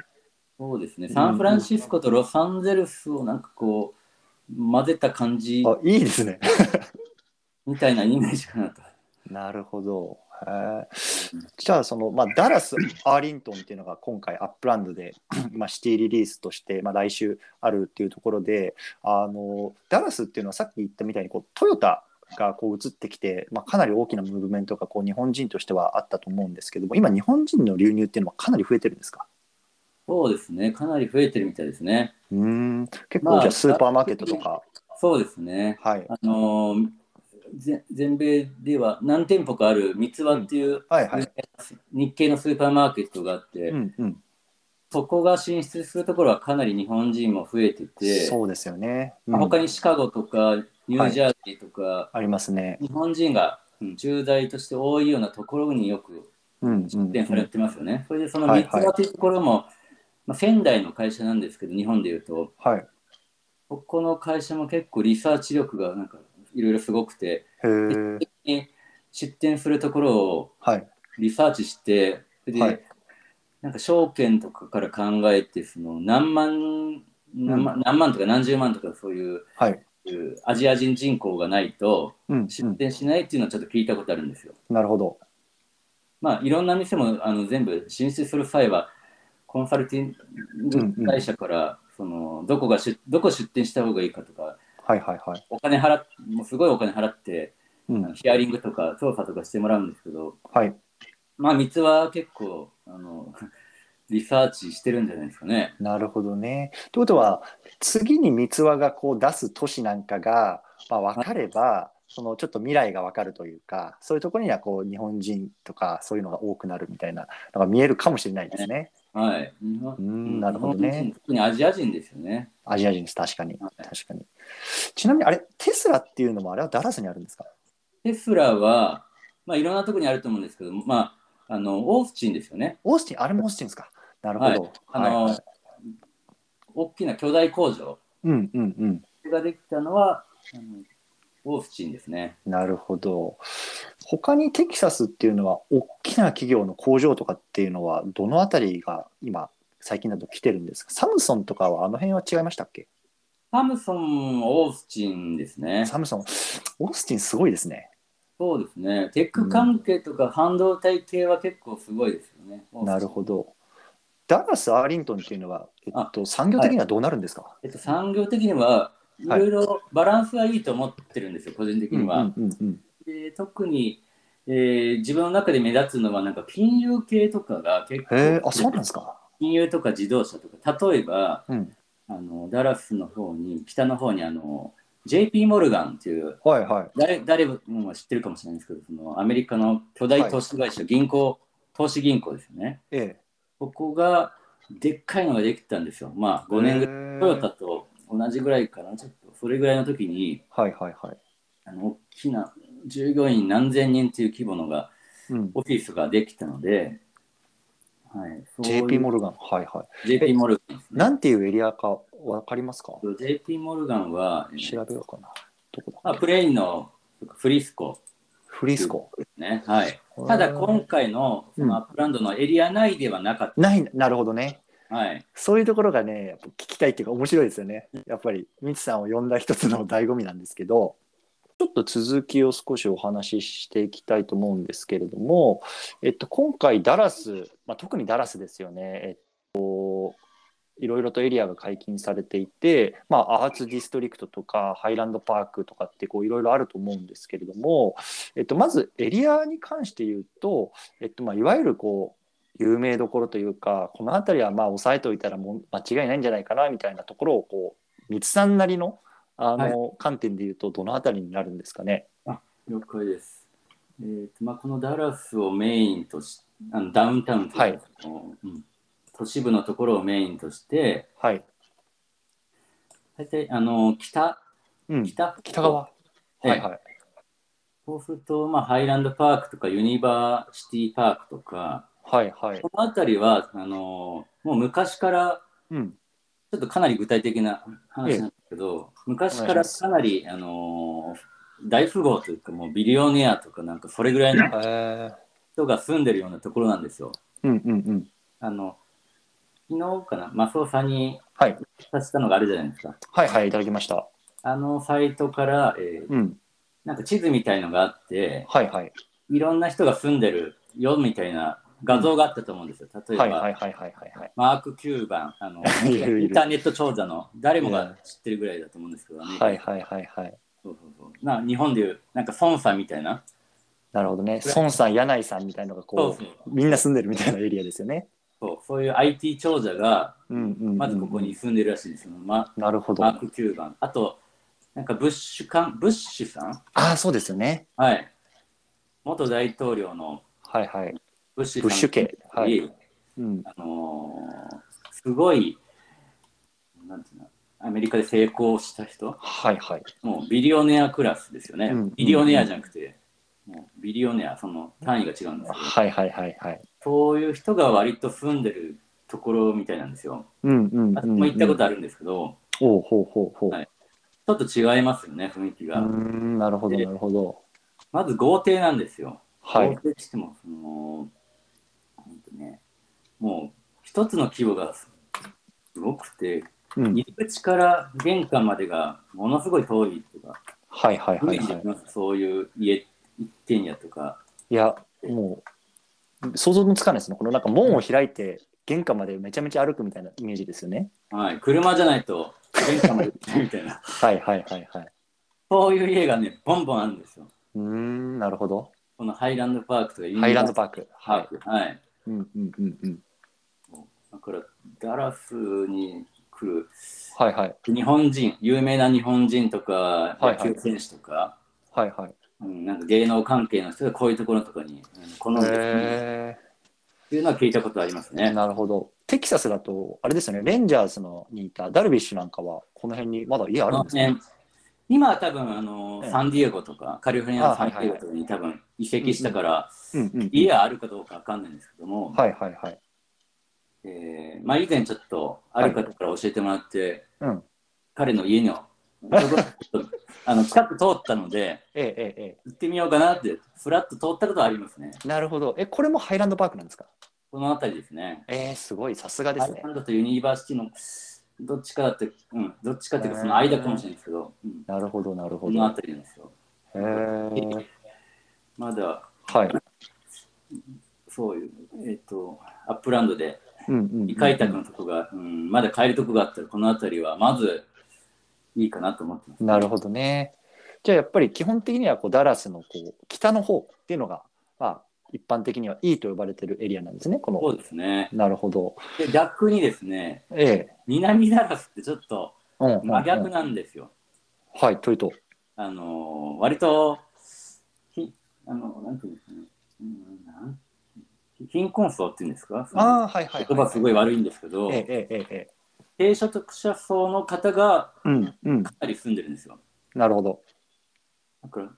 C: そうですね、
A: うん
C: サンフランシスコとロサンゼルスをなんかこう、混ぜた感じ
A: あいいですね。
C: みたいなイメージかなと。
A: なるほど。へーじゃあその、まあ、ダラス・アーリントンっていうのが今回アップランドで、 まあ、シティリリースとして、まあ、来週あるっていうところであのダラスっていうのはさっき言ったみたいにこうトヨタがこう移ってきて、まあ、かなり大きなムーブメントがこう日本人としてはあったと思うんですけども今日本人の流入っていうのはかなり増えてるんですか
C: そうですね、かなり増えてるみたいですね。
A: うーん結
C: ま
A: 構
C: あ
A: じゃあスーパーマーケットとか、
C: そうですね。
A: はい、
C: あのーぜ全米では何店舗かある三つ葉っていう
A: はいはい
C: 日系のスーパーマーケットがあって、
A: うんうん
C: そこが進出するところはかなり日本人も増えてて、
A: そうですよね、うん
C: まあ他にシカゴとかニュージャージーとか、
A: ありますね
C: 日本人がうん駐在として多いようなところによく
A: うんうん
C: 出店されてますよね。それでその
A: はい
C: 3つ
A: はい
C: 葉というところも、まあ、仙台の会社なんですけど日本でいうと
A: はいへ
C: ここの会社も結構リサーチ力がなんかいろいろすごくて、
A: ー
C: え出店するところを
A: はい
C: リサーチしてで、
A: はい
C: なんか証券とかから考えてその何万何万,、何万とか何十万とかそういう
A: はい
C: いうアジア人人口がないと
A: うん、う
C: 出
A: ん、
C: 店しないっていうのはちょっと聞いたことあるんですよ。
A: なるほど
C: まあ、いろんな店もあの全部進出する際は、コンサルティング会社から、そのどこが出どこ出店した方がいいかとか、
A: はいはいはい。
C: お金払っもうすごいお金払って、
A: うん、
C: ヒアリングとか調査とかしてもらうんですけど、
A: はい。
C: まあ、三つは結構、あの リサーチしてるんじゃないですかね。
A: なるほどね。ということは、次に三つ輪がこう出す都市なんかが、まあ、分かれば、そのちょっと未来が分かるというか、そういうところにはこう日本人とかそういうのが多くなるみたいなのが見えるかもしれないですね。
C: はい。日本
A: うん、なるほど
C: 日本人
A: ね。
C: 特にアジア人ですよね。
A: アジア人です、確かに。
C: はい
A: 確かに。ちなみに、あれ、テスラっていうのもあれはダラスにあるんですか
C: テスラは、まあ、いろんなところにあると思うんですけど、まあ、あのオースチンですよね。
A: オースティン、あれもオースティンですか。なるほど。
C: あの、
A: はいはい
C: 大きな巨大工場
A: うんうんうん。
C: ができたのは、あのオースチンですね。
A: なるほど。他にテキサスっていうのは大きな企業の工場とかっていうのはどのあたりが今最近だと来てるんですかサムソンとかはあの辺は違いましたっけ
C: サムソン、オースチンですね。
A: サムソンオースティンすごいですね。
C: そうですね。テック関係とか半導体系は結構すごいですよね。
A: なるほ
C: ど。
A: ど。ダラス・アーリントンっていうのは、えっと、産業的にはどうなるんですか、
C: えっと、産業的には、いろいろバランスはいいと思ってるんですよ、個人的
A: うんう
C: に
A: ん
C: は。
A: うんうん
C: で特に、えー自分の中で目立つのはなんか金融系とかが結構、
A: へえ、あ、そうなんですか。
C: 金融とか自動車とか例えば
A: うん。
C: あのダラスの方に北の方にあの JP モルガンっていう
A: はいはい。
C: 誰誰もが知ってるかもしれないんですけどそのアメリカの巨大投資会社、銀行投資銀行ですよね
A: ええ。
C: ここがでっかいのができたんですよまあ5年ぐらい
A: ら
C: トヨタと同じぐらいかなちょっとそれぐらいの時に
A: はいはいはい。
C: あの大きな従業員何千人っていう規模のが
A: うん、
C: オフィスができたので、はい、
A: JP モルガン。はいはい。
C: ル JP モルガンですね
A: なんていうエリアかわかりますか
C: JP モルガンは、えー
A: 調べようかな。どこだ
C: まあ、プレインのフリスコ
A: フリスコ。
C: ね、はい、ただ今回のそのアップランドのエリア内ではなかっ
A: ない、なるほどね。
C: た、はい、
A: そういうところがね、やっぱ聞きたいっていうか面白いですよね。やっぱり、ミツさんを呼んだ一つの醍醐味なんですけど、ちょっと続きを少しお話ししていきたいと思うんですけれども、えっと、今回ダラス、まあ、特にダラスですよね、えっと、いろいろとエリアが解禁されていて、まあ、アーツディストリクトとかハイランドパークとかってこういろいろあると思うんですけれども、えっと、まずエリアに関して言うと、えっとまあ、いわゆるこう有名どころというかこの辺りはまあ押さえておいたらもう間違いないんじゃないかなみたいなところをこう三津さんなりのあの、観点で言うとどの辺りになるんですかね。
C: 了解です、えーとまあ、このダラスをメインとしあのダウンタウンと
A: は
C: いう
A: い
C: かそのうん都市部のところをメインとして
A: はい、
C: 大体あの北
A: うん、
C: 北
A: 北側、
C: ええ
A: はいはい、
C: そうすると、まあ、ハイランドパークとかユニバーシティパークとか
A: はいはい
C: この辺りはあのもう昔から
A: うん
C: ちょっとかなり具体的な話なんですけど、昔からかなり、あのー大富豪というか、もうビリオネアとか、なんかそれぐらいの
A: へえ
C: 人が住んでるようなところなんですよ。
A: うんうんうん
C: あの昨日かな、マスオさんに
A: はい
C: 達したのがあるじゃないですか。
A: はいはいいただきました。
C: あのサイトから、えー
A: うん
C: なんか地図みたいのがあって、
A: はいはい
C: いろんな人が住んでるよみたいな画像があったと思うんですよ。例えば、
A: はいはいはいはいはいはい。
C: マーク・キューバン、あの
A: いるいる
C: インターネット長者の誰もが知ってるぐらいだと思うんですけど、アメリカ
A: はいはいはいはい。
C: そうそうそうな日本でいうなんか孫さんみたいな
A: なるほどね。孫さん、柳井さんみたいなのがこ
C: そう
A: う、みんな住んでるみたいなエリアですよね。
C: そうそういう IT 長者が
A: うんうん、うん。
C: まずここに。住んでるらしいんですよ、ま
A: なるほど。
C: マー
A: あ
C: ク・キューバンあとなんかブッシュかんブッシュさん
A: あ、そうですよね。
C: はい元大統領の
A: はいはい。
C: ブッシュ
A: ブ
C: さん
A: ッシュ系。はい。うん。
C: あのーすごいなんていうのアメリカで成功した人
A: はいはい。
C: もうビリオネアクラスですよね、
A: うん
C: ビリオネアじゃなくてもうビリオネアその単位が違うんですけど
A: はいはいはいはい。
C: そういう人が割と住んでるところみたいなんですよ。
A: うんうん、うん。
C: 私も行ったこと
A: あ
C: あるんですけど、
A: る。おうほうほうほう。
C: はいちょっと違いますよね、雰囲気
A: う
C: が。
A: ーん、なるほどなるほど。
C: まず豪邸なんですよ。
A: はい
C: 豪。邸って言っても、その、ほんとね、もう一つの規模がすごくて、
A: うん。
C: 入り口から玄関までがものすごい遠いとか、
A: はいはい
C: イメ
A: はい
C: ージ
A: は
C: で
A: い
C: き。ます、そういう家、一軒家とか。
A: いや、もう、想像もつかないですね。このなんか門を開いて、玄関までめちゃめちゃ歩くみたいなイメージですよね。
C: はい、車じゃないと玄関まで行ってみたいな
A: はいはいはいはい。
C: そういう家がねボンボンあるんですよ
A: うーん、なるほど。
C: このハイランドパークとかユニバ
A: ハイランド
C: ー
A: パーク。
C: サ
A: は
C: ル
A: い。
C: パークはい
A: うんうんうんうん。
C: だからダラスに来る
A: はいはい。
C: 日本人有名な日本人とか
A: いは
C: 野
A: い
C: 球選手とか、
A: はいはい。
C: うん、なんか芸能関係の人がこういうところとかにうん好んでる
A: へ
C: っていうのは聞いたことあります
A: え。
C: ね。
A: なるほど。テキサスだと、あれですよね、レンジャーズのにいたダルビッシュなんかは、この辺にまだ家あるんですか、
C: ね今は多分あの、
A: ええ
C: サンディエゴとかカリフォルニアのサンディエゴとかに多分移籍したから、
A: うんうん。
C: 家はあるかどうかわかんないんですけども、
A: はいはいはい。
C: えーまあ、以前ちょっとある方から教えてもらって、
A: はいうん
C: 彼の家のちょっとあの近く通ったので
A: えええええ
C: 行ってみようかなってふらっと通ったことはありますね。
A: え。なるほど。え、これもハイランドパークなんですか
C: この辺りですね。
A: えー、すごい、さすがで
C: ア
A: す
C: イ
A: ね
C: ラ。ンドとユニバーシティのどっちかだって、うん、どっちかっていうか
A: へー
C: その間かもしれないですけど、うん、
A: なるほど、なるほ
C: こ
A: ど。
C: の
A: へ
C: 辺りなんですよ。
A: え。はい。
C: まだそういう、えっ、と、アップランドで
A: うんうんうん。
C: 未開拓のとこが、うん、まだ買えるとこがあったら、この辺りはまずいいかなと思ってます。
A: なるほどね。じゃあやっぱり基本的にはこうダラスのこう北の方っていうのが、まあ、一般的にはいいと呼ばれてるエリアなんですね。こ
C: そ
A: の
C: うですね。
A: なるほど。
C: で、逆にですね、
A: ええ。
C: 南ダラスってちょっと
A: うんうんうん
C: 真逆なんですよ。
A: はい、というと。
C: あのー割と、ひあの、なんていうんですかね、うん、なん貧困層っていうんですか、その
A: ああ、はいはい、
C: 言葉すご
A: い。
C: い悪いんですけど、
A: ええええええ。
C: 低所得者層の方が
A: うんうん。
C: かなり住んでるんですよ。
A: なるほど。
C: だから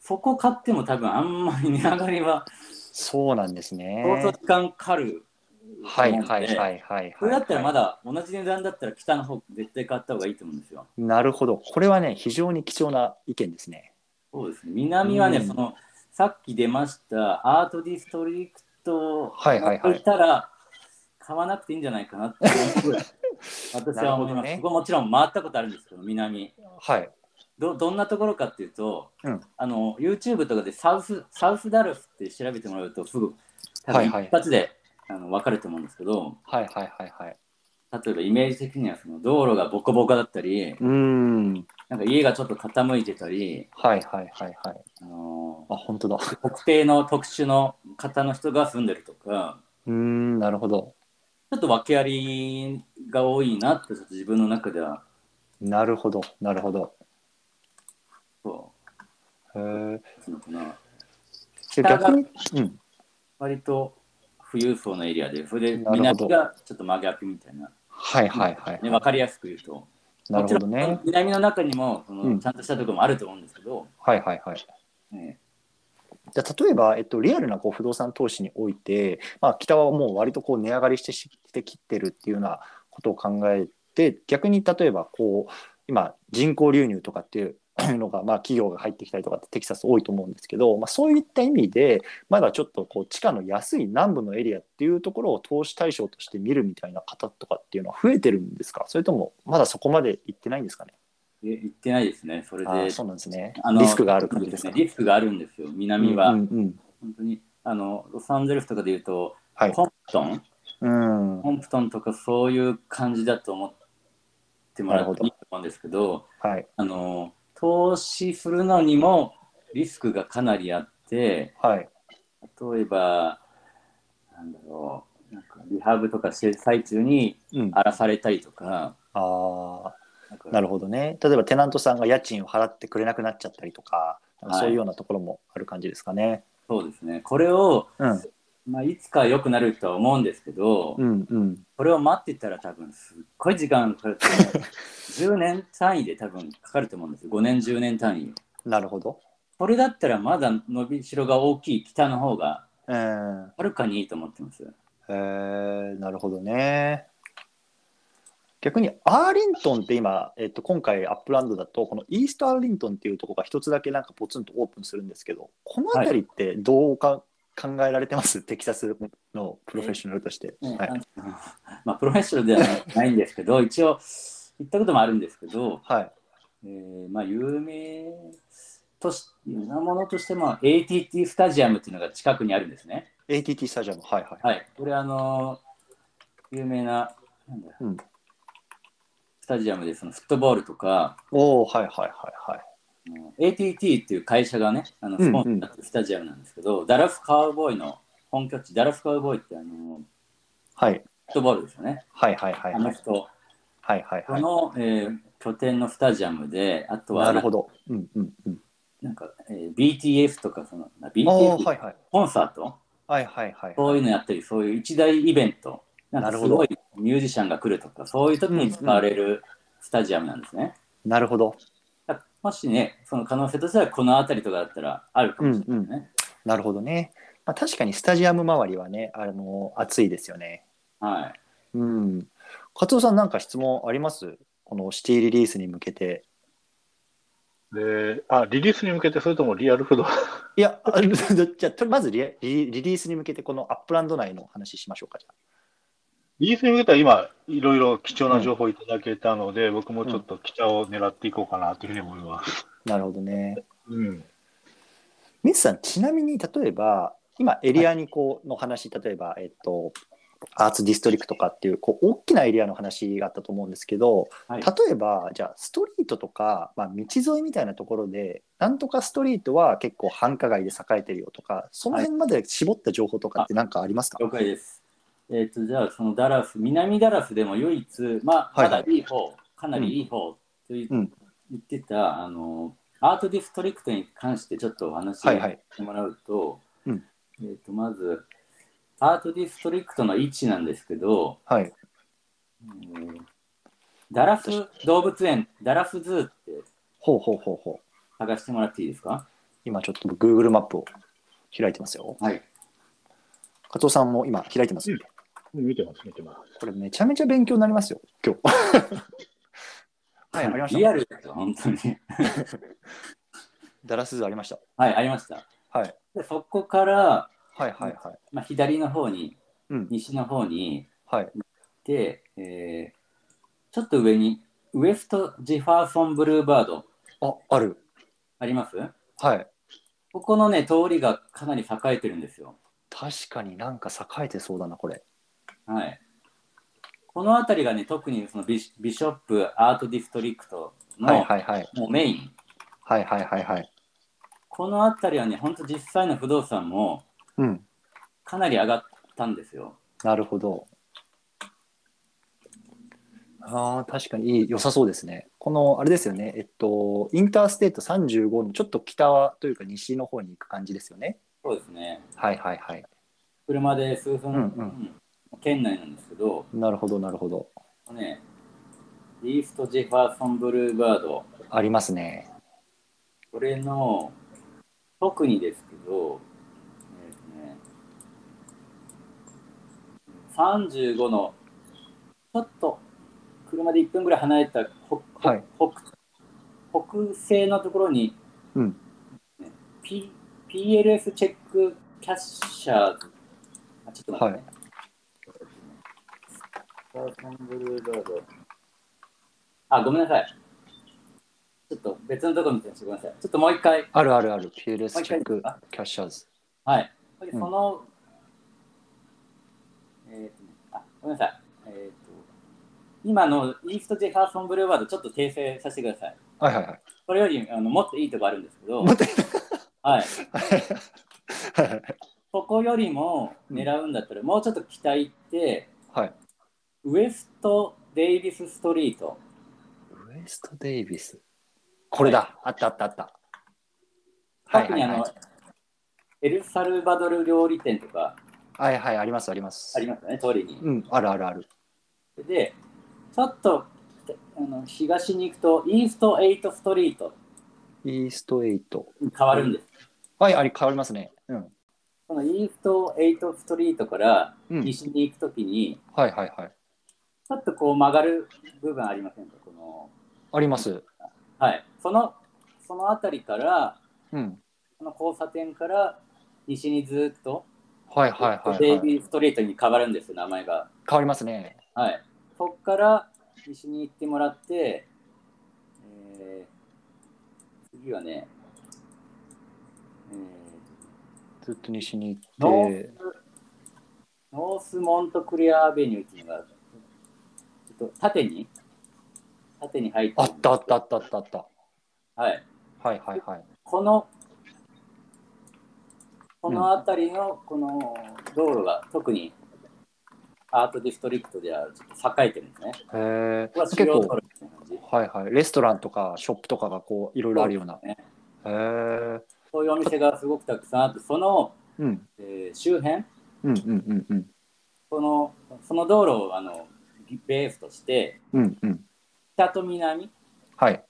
C: そこ買っても多分あんまり値上がりは
A: そうなんですね。
C: 相当時間かかる、
A: はいはいはいはいはい。
C: これだったらまだ同じ値段だったら北の方絶対買った方がいいと思うんですよ。
A: なるほど。これはね、非常に貴重な意見ですね。
C: そうですね南はね、
A: うん
C: そのさっき出ましたアートディストリクト
A: はいはいはい
C: 行ったら買わなくていいんじゃないかなっていう 私は思い
A: なるほど
C: ます、
A: ね
C: ここもちろん回ったことあるんですけど南
A: はい。
C: どどんなところかっていうと、
A: うん
C: あの YouTube とかでサウスサウスダルスって調べてもらうとすぐ多
A: は
C: 分
A: いはい
C: 一発で、あの分かると思うんですけど
A: はいはいはいはい。
C: 例えばイメージ的にはその道路がボコボコだったり
A: うーん。
C: なんか家がちょっと傾いてたり、
A: はいはいはいはい。
C: あの
A: あ、本当だ。
C: 特定の特殊の方の人が住んでるとか
A: うーん、なるほど。
C: ちょっと訳ありが多いなってちょっと自分の中では
A: なるほど。なるほど。
C: そ
A: へー
C: うなのかな
A: じゃあ逆に、うん、
C: 割と富裕層のエリアでそれで
A: なるほど
C: 南がちょっと真逆みたいな、
A: はいはいはい、
C: ね、分かりやすく言うと。
A: なるほど
C: もちろ
A: ね
C: ん。南の中にもその、
A: うん
C: ちゃんとしたところもあると思うんですけど、
A: はいはいはい。じ
C: ね
A: ゃあ例えば、えっと、リアルなこう不動産投資において、まあ、北はもう割とこう値上がりしてしてきてるっていうようなことを考えて逆に例えばこう今人口流入とかっていう のが、まあ、企業が入ってきたりとかってテキサス多いと思うんですけど、まあ、そういった意味でまだちょっとこう地価の安い南部のエリアっていうところを投資対象として見るみたいな方とかっていうのは増えてるんですかそれともまだそこまで行ってないんですかね
C: え行ってないですね、それで。
A: あーそうなんですね
C: あ。の
A: リスクがある感じですか、
C: ねリスクがあるんですよ、南は。
A: うんうんうん
C: 本当にあのロサンゼルスとかで言うと、
A: はい。
C: コンプトン
A: うん。
C: コンプトンとかそういう感じだと思ってもらう
A: なるほ
C: と
A: ど
C: いいと思うんですけど、
A: はい。
C: あの投資するのにもリスクがかなりあって、
A: はい。
C: 例えば、なんだろう、なんかリハブとかしてる最中に
A: うん、あ
C: 荒らされたりとか、
A: あ
C: なんか
A: ー、なるほどね。例えばテナントさんが家賃を払ってくれなくなっちゃったりとか、
C: はい
A: そういうようなところもある感じですかね。
C: そうですね、これを、
A: うん。
C: まあ、いつか良くなるとは思うんですけど、
A: うんうん。
C: これを待ってたら多分すっごい時間かかると思う10年単位で多分かかると思うんですよ5年10年単位
A: なるほど。
C: これだったらまだ伸びしろが大きい北の方が
A: うん。え
C: はるかにいいと思ってます
A: ー、なるほどね。逆にアーリントンって今、えっと、今回アップランドだとこのイーストアーリントンっていうところが一つだけなんかポツンとオープンするんですけどこの辺りってどうか、考えられてますテキサスのプロフェッショナルとして。
C: ね
A: はい
C: あの まあプロフェッショナルではないんです けど一応行ったこともあるんですけど、
A: はい。
C: えーまあ有名とし有名なものとしても ATT スタジアムっていうのが近くにあるんですね
A: ATT スタジアム。はいはい。
C: はい。これあのー有名な、なんだ
A: うん
C: スタジアムでそのフットボールとか、
A: おおはいはいはいはい。
C: あの ATT っていう会社がね、あのスポンサーになってるスタジアムなんですけど、ダラフカウボーイの本拠地、ダラフカウボーイってあのー
A: はい
C: フットボールですよね。
A: はいはいはい
C: あ
A: は
C: の
A: い。
C: 人、
A: はいはい
C: こ
A: はい。
C: の、えー拠点のスタジアムで、あとは
A: なるほど。うんうんうん。
C: なんか、えー BTF とかその、な
A: お
C: BTF
A: ーはいはい。
C: コンサート、
A: はいはいはい。
C: そういうのやったり、そういう一大イベント、なん
A: な
C: か
A: る
C: す
A: ほど
C: ごいミュージシャンが来るとか、そういう時に使われるスタジアムなんですね。
A: なるほど。
C: だからもしね、その可能性としてはこの辺りとかだったらあるかもしれないね。
A: なるほどね。まあ、確かにスタジアム周りはね、あの暑いですよね。
C: はい。
A: うん。勝尾さんなんか質問ありますこのシティリリースに向けて。
B: で、あ、リリースに向けて、それともリアルフード。
A: いや、あ じゃあとまずリリリリースに向けてこのアップランド内の話しましょうか。じゃあ
B: リリースに向けては今、いろいろ貴重な情報いただけたので、僕もちょっと北を狙っていこうかなというふうに思います。
A: なるほどね。
B: うん。
A: ミツさんちなみに例えば今エリアにこうの話、例えばえっとアーツディストリクトとかっていうこう大きなエリアの話があったと思うんですけど、
C: はい
A: 例えばじゃあストリートとか、まあ、道沿いみたいなところでなんとかストリートは結構繁華街で栄えてるよとかその辺まで絞った情報とかって何かありますか、
C: 了解です。えっ、と、じゃあ、そのダラフ、南ダラフでも唯一、ま
A: は
C: あ、ま
A: いはい
C: だいい方、かなりいい方と言,、
A: うん
C: ってた、あの、アートディストリクトに関してちょっとお話し
A: はいはい
C: してもらうと、
A: うん
C: えっ、と、まず、アートディストリクトの位置なんですけど、
A: はい、
C: うんダラフ動物園、ダラフズーって
A: ほうほうほうほう
C: 探してもらっていいですか
A: 今ちょっと Google マップを開いてますよ
C: はい。
A: 加藤さんも今開いてますよね、
B: 見てます、見てます。
A: これめちゃめちゃ勉強になりますよ今日はいありました
C: リアルですよ、本当に。
A: ダラスズありました
C: はい、ありました。
A: はい
C: でそこから、
A: はいはいはい。
C: まあ、左の方に、
A: うん
C: 西の方に
A: はい。
C: で、えーちょっと上にウエストジファーソンブルーバード
A: あ、ある。
C: あります
A: はい。
C: ここのね通りがかなり栄えてるんですよ
A: 確かになんか栄えてそうだな、これ。
C: はいこの辺りがね特にそのビシビショップアートディストリクトの、
A: はいはいはい。
C: もうメイン
A: はいはいはいはい。
C: この辺りはねほんと実際の不動産も
A: うん。
C: かなり上がったんですよ
A: なるほど。ああ、確かにいい、良さそうですね。この、あれですよね。えっと、インターステート35のちょっと北というか西の方に行く感じですよね。
C: そうですね
A: はいはいはい。
C: 車で数分、
A: うんうん
C: うん県内なんですけど、
A: なるほどなるほど。
C: ね、イースト・ジェファーソン・ブルーバード、
A: ありますね。
C: これの特にですけど、えーとね、35のちょっと車で1分ぐらい離れた北,北、
A: はい
C: 北北西のところに、
A: うん
C: ね P、PLS チェックキャッシャーズ、あちょっと待ってね。ジェファーソンブルーバードあ、ごめんなさい。ちょっと別のとこ見てましたごめんなさい。ちょっともう一回。
A: あるあるある。PLS
C: もう一
A: チェ
C: 回
A: ック
C: あ
A: キャッシャーズ。
C: はい。
A: う
C: そ
A: ん
C: の、えーとねあ、ごめんなさい。えーと、今のイーストジェファーソンブルーバードちょっと訂正させてください。
A: はいはいはい。
C: これよりあのもっといいとこあるんですけど
A: も、っと
C: はい。
A: はい
C: ここよりも狙うんだったら、もうちょっと北行って、
A: はい。
C: ウエストデイビスストリート。
A: ウエスト・デイビス。これだ、
C: は
A: あったあったあった。
C: 特にあの、エルサルバドル料理店とか
A: はいはい、ありますあります。
C: ありますよね、通りに。
A: うん、あるあるある。
C: で、ちょっとあの東に行くと、イースト8ストリート
A: イーストエイト。
C: に変わるんです。
A: はい、あれ変わりますね。うん。
C: このイースト8ストリートから
A: うん、
C: 西に行くときに、
A: はいはいはい。
C: ちょっとこう曲がる部分ありませんかこの、
A: あります。
C: はい、その、その辺りから、
A: うん。
C: この交差点から西にずっと、
A: はいはいはい、
C: デ
A: は
C: イ
A: い。
C: ビーストリートに変わるんですよ、名前が。
A: 変わりますね。
C: はい。そこから西に行ってもらって、えー、次はね、えー
A: ずっと西に
C: ノ
A: 行っ
C: ー
A: て。
C: スノースモントクリアアベニューっていうのがあるちょっと縦に縦に入って
A: あ
C: る
A: ったあったあったあったあった。
C: はい。
A: はいはいはい。
C: この、この辺りのこの道路が特にアートディストリクトではちょっと栄えてるんですね。
A: へえ
C: ここは。資
A: 結
C: 料
A: 構
C: 取るみたいな感じ。
A: はいはい。レストランとかショップとかがこういろいろあるような。
C: そうです
A: へえ。
C: そういうお店がすごくたくさんあって、その、
A: うん
C: えー周辺、
A: うんうんうんうん
C: このその道路をあのベースとして、
A: うんうん。
C: 北と南、
A: はい。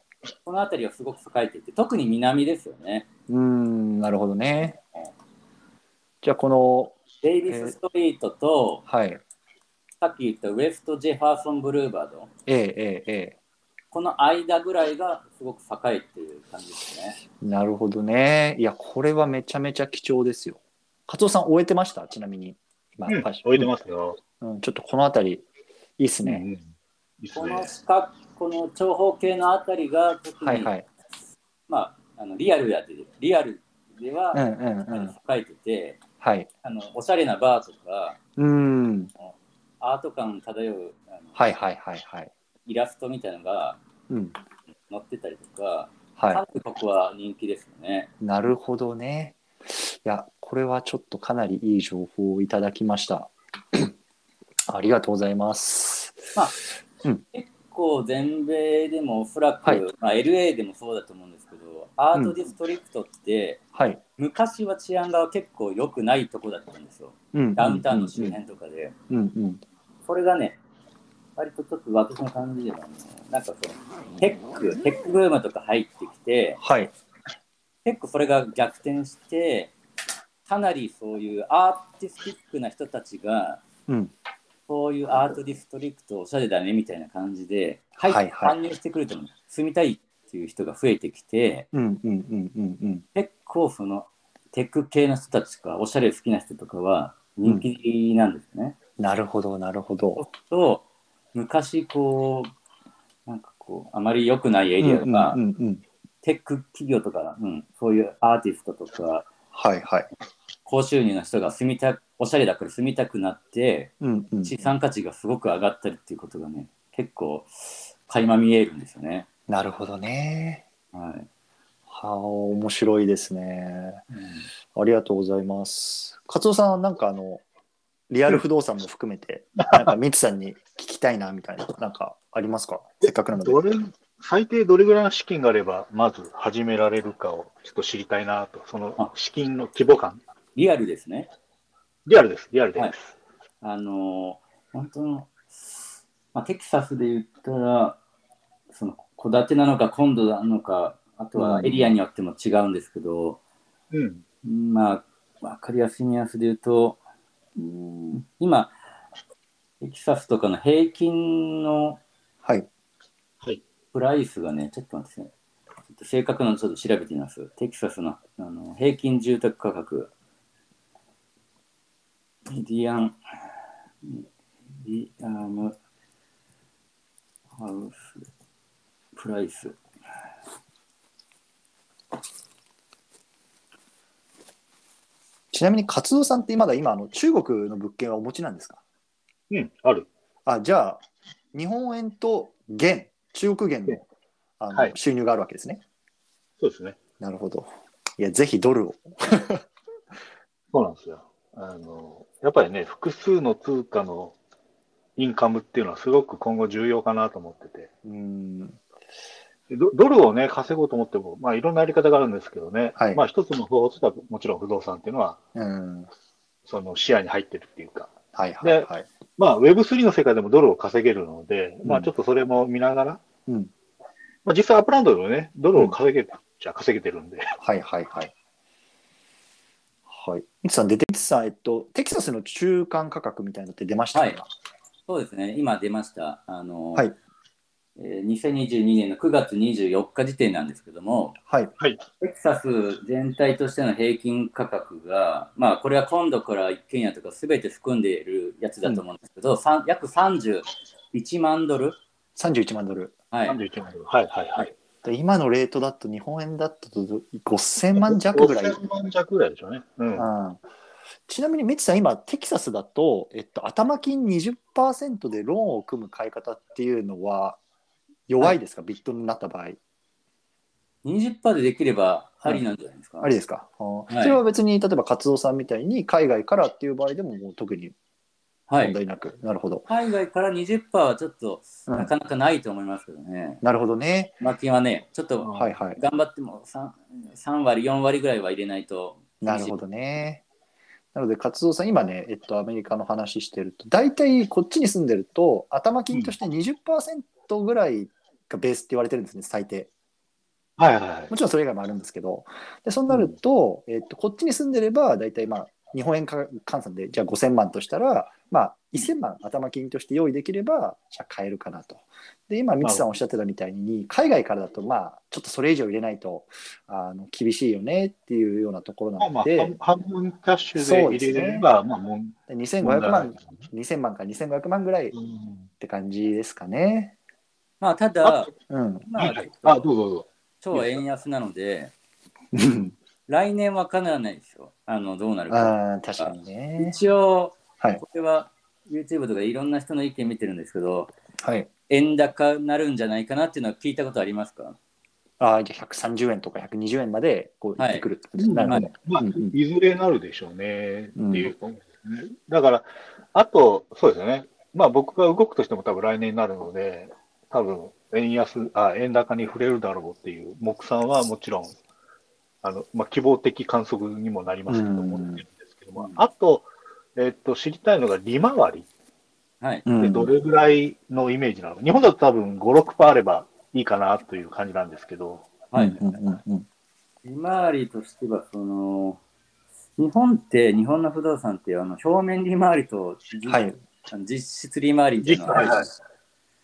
C: この辺りはすごく栄えていて、特に南ですよね。
A: うーんなるほどね。じゃあこの
C: デイビスストリートと、
A: はい
C: さっき言ったウェスト・ジェファーソン・ブルーバード、
A: ええええ
C: この間ぐらいがすごく栄えてる感じですね。
A: なるほどね。いやこれはめちゃめちゃ貴重ですよ。加藤さん終えてましたちなみに今
B: うん
A: パシ
B: 置いてますよ。
A: うん、ちょっとこの辺りいいっす
B: うん
A: ね。
B: うん。いいっす
C: この
B: ね。
C: 四角、この長方形のあたりが特に、
A: はいはい。
C: まあ、あのリアルやでリアルでは
A: うんうん
C: かな
A: うん。
C: り栄えてて、
A: はい。
C: あのおしゃれなバーとか
A: うーん。
C: アート感漂うあの、
A: はいはいはいはい。
C: イラストみたいのが
A: うん。
C: 載ってたりとか、か
A: は
C: なりここは人気ですよね。
A: い。なるほどね。いや、これはちょっとかなりいい情報をいただきました。 ありがとうございます。
C: 結構全米でもおそらく、
A: はい
C: まあ、LA でもそうだと思うんですけどアートディストリクトって、
A: はい。
C: 昔は治安が結構良くないとこだったんですよ
A: うん
C: ダウンタウンの周。辺とかで、
A: うんうん。
C: それがね割とちょっと私の感じではねなんかそうテックテックブームとか入ってきて
A: はい。
C: 結構それが逆転してかなりそういうアーティスティックな人たちが
A: うん。
C: そういうアートディストリクトおしゃれだねみたいな感じで、はい、
A: はいはい
C: 搬入してくると思う住みたいっていう人が増えてきて、
A: うんうんうんうんうん。
C: 結構そのテック系の人たちとか、おしゃれ好きな人とかは人気なんですね。
A: なるほど、なるほど。
C: と、昔こう、なんかこう、あまり良くないエリアが、
A: うんうんうん。
C: テック企業とか、うん、そういうアーティストとか、
A: はいはい。
C: 高収入の人が住みたおしゃれだから住みたくなって、
A: うんうん。
C: 資産価値がすごく上がったりっていうことがね、結構垣間見えるんですよね。
A: なるほどね。
C: はい。
A: はあ、面白いですね。ありがとうございます。カツオさん、なんかあの、リアル不動産も含めて、なんか、ミツさんに聞きたいなみたいな、 なんかありますかせっかくなので。
B: どれ、最低どれぐらいの資金があれば、まず始められるかをちょっと知りたいなと、その資金の規模感。
C: リアルですね。
B: リアルです、リアルです。
C: はいあのー本当の、まあ、テキサスで言ったら、その戸建てなのか、コンドなのか、あとは
A: うん
C: エリアによっても違うんですけど、
B: うん。
C: まあ、わかりやすい目安で言うと、うん今、テキサスとかの平均の
A: はい。
C: プライスがね、ちょっと待ってくださいちょっと正確なのちょっと調べてみます。テキサスのあの平均住宅価格。ミディアン、ミミディアム、ハウス、プライス。
A: ちなみに、カツオさんってまだ今、あの中国の物件はお持ちなんですか
B: うん、ある。
A: あ、じゃあ、日本円と元、中国元のあの、
B: はい
A: 収入があるわけですね。
B: そうですね。
A: なるほど。いや、ぜひドルを。
B: そうなんですよ。あの、やっぱりね、複数の通貨のインカムっていうのはすごく今後重要かなと思ってて。
A: うん。
B: でドドルをね、稼ごうと思っても、まあいろんなやり方があるんですけどね、
A: はい
B: まあ一つの方法としてはもちろん不動産っていうのは、
A: うん。
B: その視野に入ってるっていうか、
A: はいはいはい。
B: まあ Web3 の世界でもドルを稼げるので、ま
A: う
B: あ
A: ん
B: ちょっとそれも見ながら、
A: うん。
B: まあ実際アップランドでもね、ドルを稼げる、じゃ稼げてるんで、
A: はいはいはい。はい。ミツさん、で、ミツさん、えっと、テキサスの中間価格みたいなのって出ました
C: はいそうですね、今出ました。あの
A: はい
C: えー2022年の9月24日時点なんですけども、
A: はい。
C: テキサス全体としての平均価格が、まあ、これは今度から一軒家とかすべて含んでいるやつだと思うんですけど、さん約31万ドル、
A: 31万ドル。
C: はい、
B: 31万ドル。はいはいはい。
A: で今のレートだと、日本円だと5000万弱ぐらい。
B: 5000万弱ぐらいでしょうね。うん。
A: うんちなみに、ミツさん、今、テキサスだと、えっと、頭金20%でローンを組む買い方っていうのは、弱いですか、ビットになった場合。
C: 20%でできればありなんじゃないですか。
A: ありですか。あー
C: い
A: それは別に、例えば、カツオさんみたいに、海外からっていう場合でも、もう特に
C: は
A: 問
C: い、
A: 題なく。なるほど。
C: 海外から20%はちょっと
A: うん
C: なかなかないと思いますけどね。
A: なるほどね。
C: 負けはね、ちょっと
A: はいはい。
C: 頑張っても 3, 3割、4割ぐらいは入れないと。
A: なるほどね。なので、活動さん、今ね、えっと、アメリカの話してると、大体こっちに住んでると、頭金として20%ぐらいがベースって言われてるんですね、最低。
B: はいはいはい
A: も。ちろんそれ以外もあるんですけど、でそうなると、えっと、こっちに住んでれば、大体まあ、日本円か換算で、じゃあ5000万としたら、まあ、1000万頭金として用意できれば、じゃあ買えるかなと。で、今、三ツさんおっしゃってたみたいに、海外からだと、まあ、ちょっとそれ以上入れないと、あの、厳しいよねっていうようなところ
B: ま
A: な
B: あま
A: の
B: あ、
A: で、
B: 半半分キャッシュ
A: そう
B: で
A: ですね
B: 入れれば、まあ、もん
A: で2500万、2000万から2500万ぐらいっ
B: うん
A: て感じですかね。
C: まあ、ただ、
A: うん。
C: 今
B: はい
C: は
B: はいあ、どうぞどうぞ。
C: 超円安なので、来年はかならないですよ。あのどうなるか。
A: ああ、確かにね。
C: 一応、
A: はい
C: これは YouTube とかいろんな人の意見見てるんですけど、
A: はい。
C: 円高になるんじゃないかなっていうのは聞いたことありますか
A: ああ、じゃあ130円とか120円までこう行ってくるってことですねなるほど。
B: まあ
A: うんうん、
B: いずれなるでしょうねっていうことですね。だから、あと、そうですね。まあ、僕が動くとしても多分来年になるので、多分、円安、あ、円高に触れるだろうっていう、目算はもちろん、あの、まあ、希望的観測にもなりますけど、
A: うん
B: 思ってるんですけども、あと、えっと、知りたいのが利回り
C: はい。
A: う
B: って
A: ん
B: どれぐらいのイメージなのか。日本だと多分5、6%あればいいかなという感じなんですけど、
C: はい。
A: うんうんうん
C: 利回りとしては、その、日本って、日本の不動産って、あの表面利回りと実,、
A: はい
C: 実質利回りっていうのは、
B: はいはい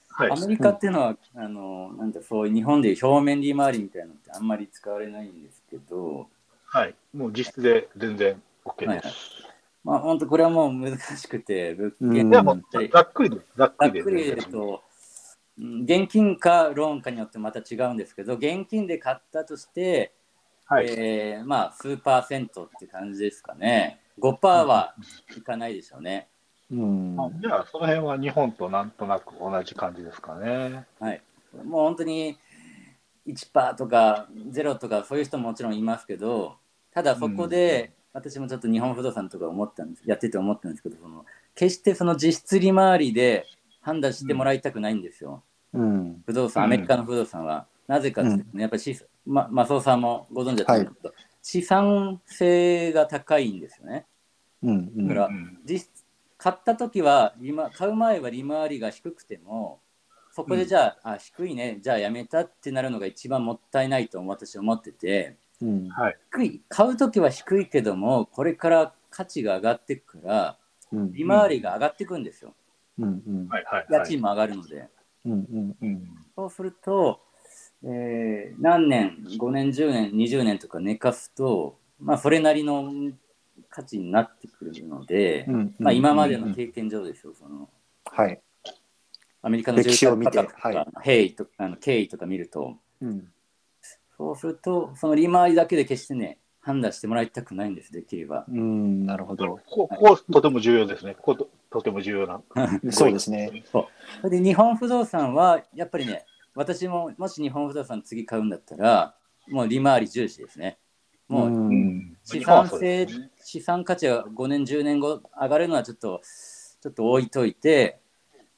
B: はい。
C: アメリカっていうのは、あの、なんてそういう日本でいう表面利回りみたいなのってあんまり使われないんですけど、
B: はい。もう実質で全然 OK
C: はい
B: で
C: はい
B: す。
C: まあ本当これはもう難しくて、物
A: うん
C: 件
B: いや、もう
C: だったり、
B: ざっくりで、ざっ
C: ざ
B: く
C: っ
B: りで
C: くり言うと、うん現金かローンかによってまた違うんですけど、現金で買ったとして、
B: はい。
C: えーまあ数パーセントって感じですかね。5%はいかないでしょうね。
A: うん
B: あじゃあ、その辺は日本となんとなく同じ感じですかね。
C: はい。もう本当に1%とか0とかそういう人ももちろんいますけど、ただそこで私もちょっと日本不動産とか思ったんです、やってて思ったんですけど、その決してその実質利回りで判断してもらいたくないんですよ。
A: うん
C: 不動産、
B: う
C: ア
B: ん
C: メリカの不動産は、なぜかっていうとね、やっぱり資産、ま、マスオさんもご存知だと思うんですけど、資産性が高いんですよね。
A: うんうん
C: だから、
B: うん
C: 実質買った時は利回、買う前は利回りが低くても、そこでじゃあ、あ、低いね、じゃあやめたってなるのが一番もったいないと私は思ってて、
A: うん
C: 低い、買う時は低いけども、これから価値が上がっていくから、
A: うん
C: 利回りが上がっていくんですよ。
A: うんうん
B: はいはい、
C: 家
B: はい。
C: 賃も上がるので。
A: うんうん
B: うん
C: そうすると、えー何年、5年、10年、20年とか寝かすと、まあ、それなりの価値になってくるので、
A: うん
C: まあ、今まで
A: うんう
C: の
A: ん
C: 経験上ですよ、その
A: はい
C: アメリカの
A: 歴史を見て
C: 価格とか、
A: はい
C: 経緯とかあの経緯とか見ると、
A: うん
C: そうすると、その利回りだけで決してね、判断してもらいたくないんです、できれば。
A: うんなるほど
B: ここことても重要ですね。ここととても重要な。
A: そうですね
C: それで日本不動産は、やっぱりね、私ももし日本不動産次買うんだったら、もう利回り重視ですね。もう
A: うん
C: 資産
B: そうで
C: 性、
B: すね
C: 資産価値が5年、10年後上がるのはちょっと、ちょっと置いといて、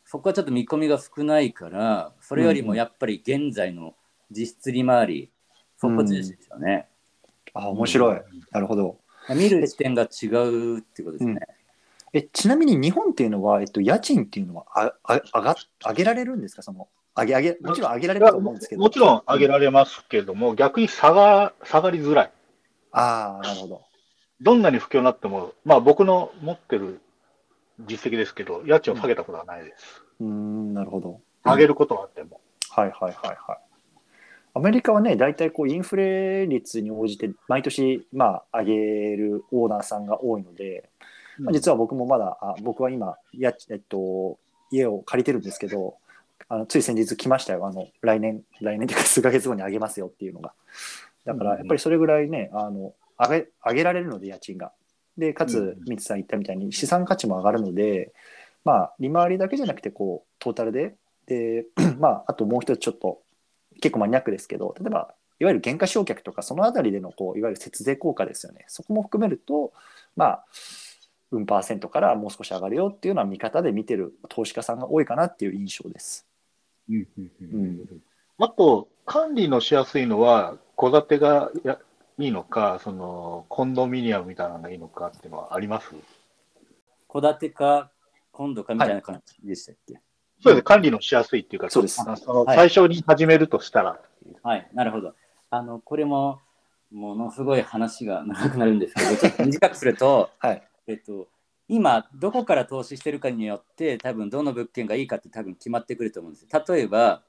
C: そこはちょっと見込みが少ないから、それよりもやっぱり現在の実質利回り、そこ重視ですよね。
A: あ面白いなるほど
C: 見る視点が違うってことですね。
A: えちなみに日本っていうのはえっと家賃っていうのはああ上が上げられるんですかその上げ上げもちろん上げられ
B: い
A: る
B: や
A: と思うん
B: も
A: ですけど
B: もちろん上げられますけども、逆に下が下がりづらい。
A: ああなるほど
B: どんなに不況になっても、まあ僕の持ってる実績ですけど、家賃を下げたことはないです。
A: うんなるほど
B: 上げることはあっても。
A: はいはいはいはい。アメリカはね、大体こうインフレ率に応じて、毎年、まあ、上げるオーナーさんが多いので、まあ、実は僕もまだ、あ僕は今や、えっと、家を借りてるんですけど、あのつい先日来ましたよ、あの来年、来年というか、数ヶ月後に上げますよっていうのが。だから、やっぱりそれぐらいね、あの上げ上げられるので、家賃が。でかつ
B: うん
A: 三津さん言ったみたいに資産価値も上がるので、まあ、利回りだけじゃなくてこうトータルでで、 まあ、あともう一つちょっと結構マニアックですけど例えばいわゆる減価償却とかそのあたりでのこういわゆる節税効果ですよねそこも含めるとまあうんパーセントからもう少し上がるよっていうような見方で見てる投資家さんが多いかなっていう印象です。
B: うん
A: うん
B: あと、管理のしやすいのは、戸建てがやいいのか、そのコンドミニアムみたいなのがいいのかっていうのはあります
C: 戸建てか、今度かみたいな感じでしたっけ
B: そうです、管理のしやすいっていうか、
A: そうです
B: あその
A: はい
B: 最初に始めるとしたら、
C: はい、なるほど。あの、これも、ものすごい話が長くなるんですけど、 ちょっと短くすると、
A: はい、
C: えっと、今、どこから投資してるかによって、多分どの物件がいいかって多分決まってくると思うんですよ。例えば、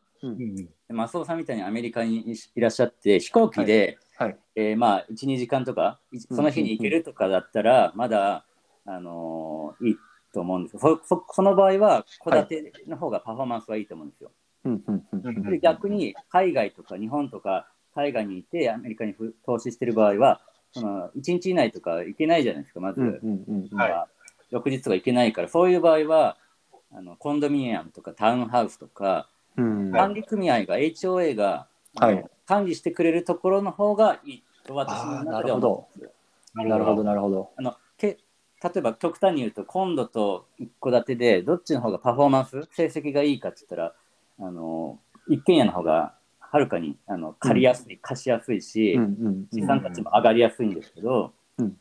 C: マスオさんみたいにアメリカにいいらっしゃって、飛行機で、
A: はいはい
C: えーまあ、1、2時間とか、いその日に行けるとかだったら、まだ、あのーいいと思うんですよそそその場合は、戸建ての方がパフォーマンスはいいと思うんですよ。
A: うんうんうん
B: うん
C: で逆に海外とか日本とか海外にいてアメリカにふ投資してる場合はその1日以内とか行けないじゃないですかまず、
A: うんうんうんうん
B: はい
C: まあ翌日とか行けないからそういう場合はあのコンドミニアムとかタウンハウスとか
A: うん
B: はい
C: 管理組合が HOA が、
A: はい
C: あの管理してくれるところの方がいいと私の中では思うんですよ
A: なるほどなるほど。
C: あのけ例えば極端に言うと今度と一戸建てでどっちの方がパフォーマンス成績がいいかって言ったらあの一軒家の方がはるかにあの借りやすい、貸しやすいし、
A: うんうんうん
C: 資産価値も上がりやすいんですけど、
B: うん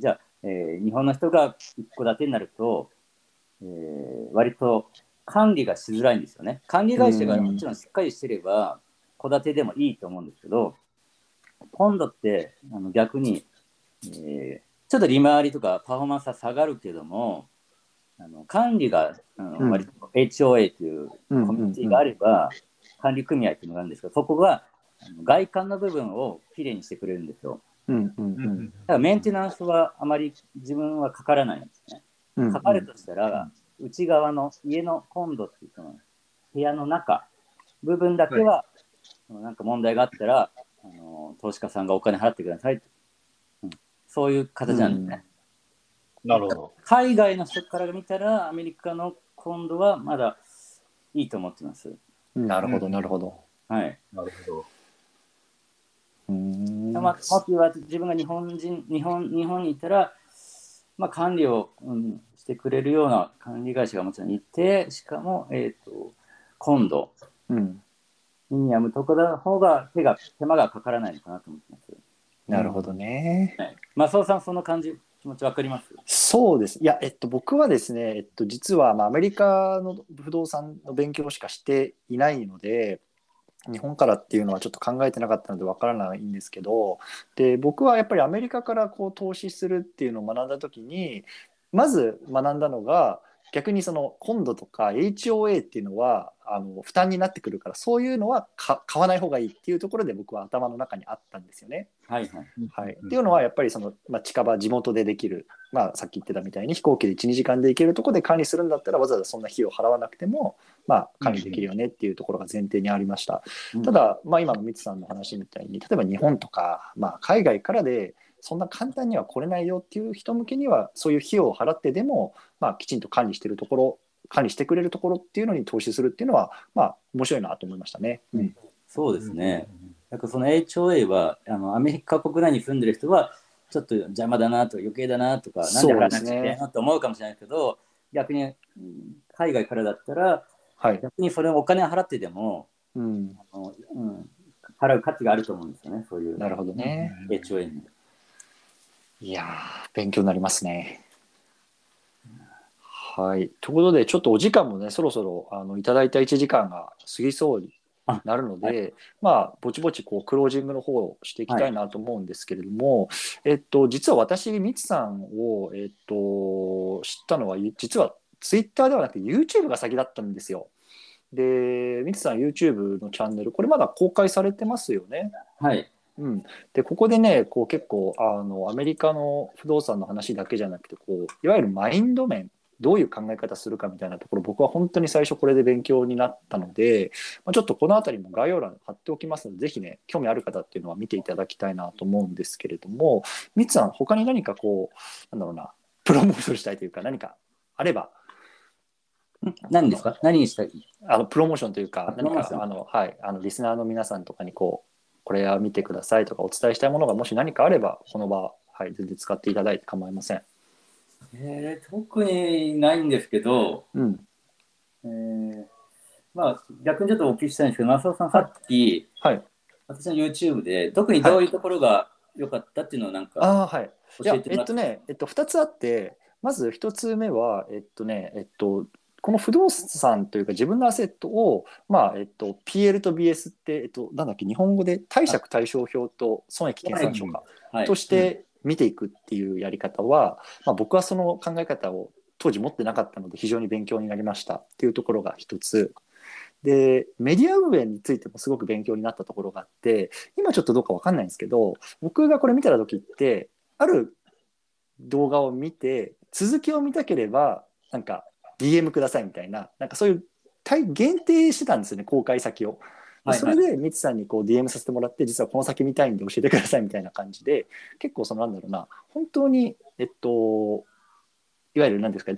C: じゃあ、えー日本の人が一戸建てになると、えー割と管理がしづらいんですよね管理会社が
A: うん
C: もちろんしっかりしてれば戸建てでもいいと思うんですけど今度ってあの逆に、えーちょっと利回りとかパフォーマンスは下がるけどもあの管理が、あの
A: うん
C: 割と HOA という
A: うんうんうん
C: コミュニティがあれば、管理組合っていうのがあるんですけどそこがあの外観の部分をきれいにしてくれるんですよ。
A: うんうん
B: うんうん
C: だからメンテナンスはあまり自分はかからないんですね。
A: うん
C: かかるとしたら、内側の家のコンドっていうその部屋の中部分だけは、なんか問題があったらあの投資家さんがお金払ってくださいと、うんそういう形なんですね。
B: なるほど。
C: 海外の人から見たらアメリカのコンドはまだいいと思ってます。
A: なるほどなるほど。
C: はい。
B: なるほど。
A: うーん
C: まあ、もしは自分が日本人日本日本にいたら、まあ、管理を、うん、してくれるような管理会社がもちろんいてしかも、えー、と今度
A: うん
C: ミニアムとかの方が手が手間がかからないのかなと思ってます。
A: なるほどね。
C: はい、マスオさんその感じ気持ちわかります
A: そうです。いや、えっと、僕はですね、えっと、実は、まあ、アメリカの不動産の勉強しかしていないので、日本からっていうのはちょっと考えてなかったのでわからないんですけど、で、僕はやっぱりアメリカからこう投資するっていうのを学んだ時に、まず学んだのが、逆にその今度とか HOA っていうのはあの負担になってくるからそういうのはか買わない方がいいっていうところで僕は頭の中にあったんですよね。
C: はいはい。
A: はい、っていうのはやっぱりその、まあ、近場地元でできる、まあ、さっき言ってたみたいに飛行機で12時間で行けるとこで管理するんだったらわざわざそんな費用払わなくても、まあ、管理できるよねっていうところが前提にありました、ただ、まあ、今のミツさんの話みたいに例えば日本とか、まあ、海外からでそんな簡単には来れないよっていう人向けにはそういう費用を払ってでも、まあ、きちんと管理してるところ管理してくれるところっていうのに投資するっていうのは、まあ、面白いなと思いましたね。うん
C: そうですね。。なんかその HOA はあのアメリカ国内に住んでる人はちょっと邪魔だなと余計だなとかなんで払わなきゃいけないのと思うかもしれないけど、逆にうん海外からだったら
A: はい
C: 逆にそれをお金払ってでも
A: うん、
C: あの、うん、払う価値があると思うんですよねそういう
A: なるほどね。
C: HOA に。
A: いやー、勉強になりますね。はい。ということで、ちょっとお時間もね、そろそろあのいただいた1時間が過ぎそうになるので、
C: あは
A: まあ、ぼちぼちこうクロージングの方をしていきたいなと思うんですけれども、えっと、実は私、みつさんを、えっと、知ったのは、実はツイッターではなくて、YouTube が先だったんですよ。で、みつさん、YouTube のチャンネル、これまだ公開されてますよね。
C: はい。
A: うん、でここでねこう結構あのアメリカの不動産の話だけじゃなくてこういわゆるマインド面どういう考え方するかみたいなところ僕は本当に最初これで勉強になったので、まあ、ちょっとこの辺りも概要欄に貼っておきますのでぜひね興味ある方っていうのは見ていただきたいなと思うんですけれどもみつさん他に何かこうなんだろうなプロモーションしたいというか何かあれば
C: 何ですか何にしたい
A: あのプロモーションというか
C: あ
A: 何
C: プロモーショ
A: か
C: ン
A: あの、はい、あのリスナーの皆さんとかにこうこれは見てくださいとかお伝えしたいものがもし何かあればこの場、はい、全然使っていただいて構いません。
C: えー特にないんですけど、
A: うん、
C: えーまあ、逆にちょっとお聞きしたいんですけど、松尾さん、さっき、
A: はい、
C: 私の YouTube で、特にどういうところが良かったっていうのをなん
A: あ
C: か
A: あはいい
C: 教
A: や
C: えて
A: え
C: もら
A: っ
C: って、
A: とね、えっと、2つあってまず1つ目はえっとねえっとこの不動産というか自分のアセットを、まあえっと、PL と BS って、えっと、なんだっけ日本語で貸借対照表と損益計算書か
C: はい
A: として見ていくっていうやり方は、まあ、僕はその考え方を当時持ってなかったので非常に勉強になりましたっていうところが一つ。でメディア運営についてもすごく勉強になったところがあって今ちょっとどうかわかんないんですけど僕がこれ見てた時ってある動画を見て続きを見たければなんか DM くださいみたいななんかそういう対限定してたんですよね公開先を。で
C: はい
A: それでミツさんにこう DM させてもらって実はこの先見たいんで教えてくださいみたいな感じで結構そのなんだろうな本当にえっといわゆる何ですか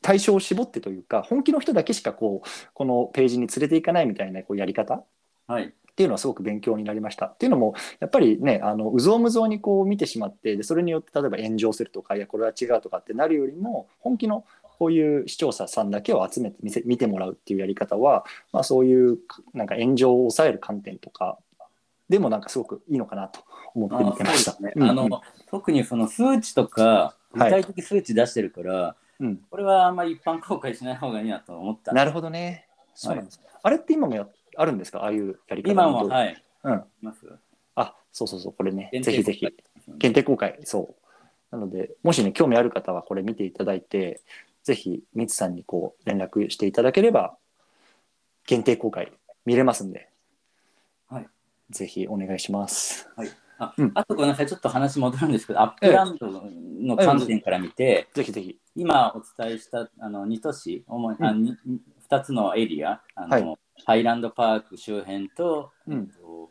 A: 対象を絞ってというか本気の人だけしかこうこのページに連れていかないみたいなこうやり方
C: はい、
A: っていうのはすごく勉強になりました。っていうのもやっぱりねあのうぞうむぞうにこう見てしまってでそれによって例えば炎上するとかいやこれは違うとかってなるよりも本気のこういう視聴者さんだけを集めて見せ見てもらうっていうやり方は、まあ、そういうなんか炎上を抑える観点とかでもなんかすごくいいのかなと思って見てました
C: あ。そうです
A: うん
C: ねあの特にその数値とか、具
A: はい
C: 体的数値出してるから、
A: うん
C: これはあんまり一般公開しない方がいいなと思った。
A: なるほどね。そうなんです。あれって今もやあるんですかああいうやり方
C: 今
A: の
C: は、はい、い
A: うん。
C: ます。
A: あそうそうそうこれね
C: 限
A: ぜ
C: 定
A: ひ
C: 公
A: ぜ
C: 開
A: ひ限定公開そうなのでもしね興味ある方はこれ見ていただいてぜひみつさんにこう連絡していただければ限定公開見れますんで、
C: はい、
A: ぜひお願いします
C: あ,、
A: うん
C: あとごめんなさい、ちょっと話戻るんですけど、アップランドの観点から見て、
A: ぜひぜひ
C: 今お伝えしたあの2都市、主にあに2つのエリアあの、
A: はい
C: ハイランドパーク周辺と,、
A: うん
C: えっと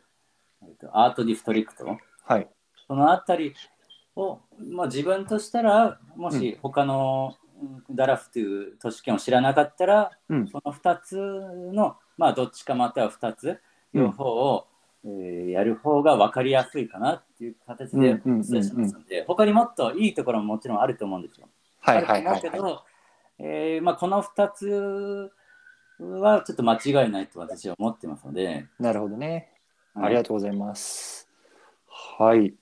C: えっとアートディストリクト、
A: はい
C: その辺りを、まあ、自分としたら、もし他の、うんダラフという都市圏を知らなかったら、
A: うん
C: その2つの、まあ、どっちかまたは2つ、
A: うん
C: 両方を、えーやる方が分かりやすいかなっていう形で
A: うんうんうんうん
C: お伝えしますので、他にもっといいところももちろんあると思うんですよ。
A: はいはい
C: あ
A: は
C: る
A: い
C: と思うけ
A: はい
C: ど、えーまあ、この2つはちょっと間違いないと私は思ってますので、
A: なるほどね
C: はい
A: ありがとうございます。はい。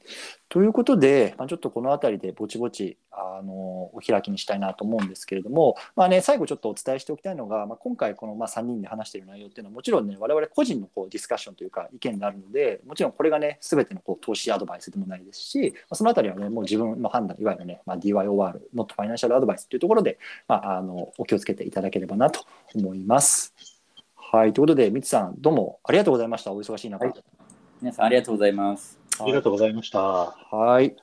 A: ということで、まあ、ちょっとこの辺りでぼちぼち、あのお開きにしたいなと思うんですけれども、まあね、最後ちょっとお伝えしておきたいのが、まあ、今回このまあ3人で話している内容っていうのはもちろんね我々個人のこうディスカッションというか意見があるのでもちろんこれがね全てのこう投資アドバイスでもないですし、まあ、その辺りはねもう自分の判断いわゆるね、まあ、DYOR ノットファイナンシャルアドバイスというところで、まあ、あのお気をつけていただければなと思います。はい、ということで、みつさん、どうもありがとうございました。お忙しい中。
C: はい皆さんありがとうございます。
B: ありがとうございました。
A: はい。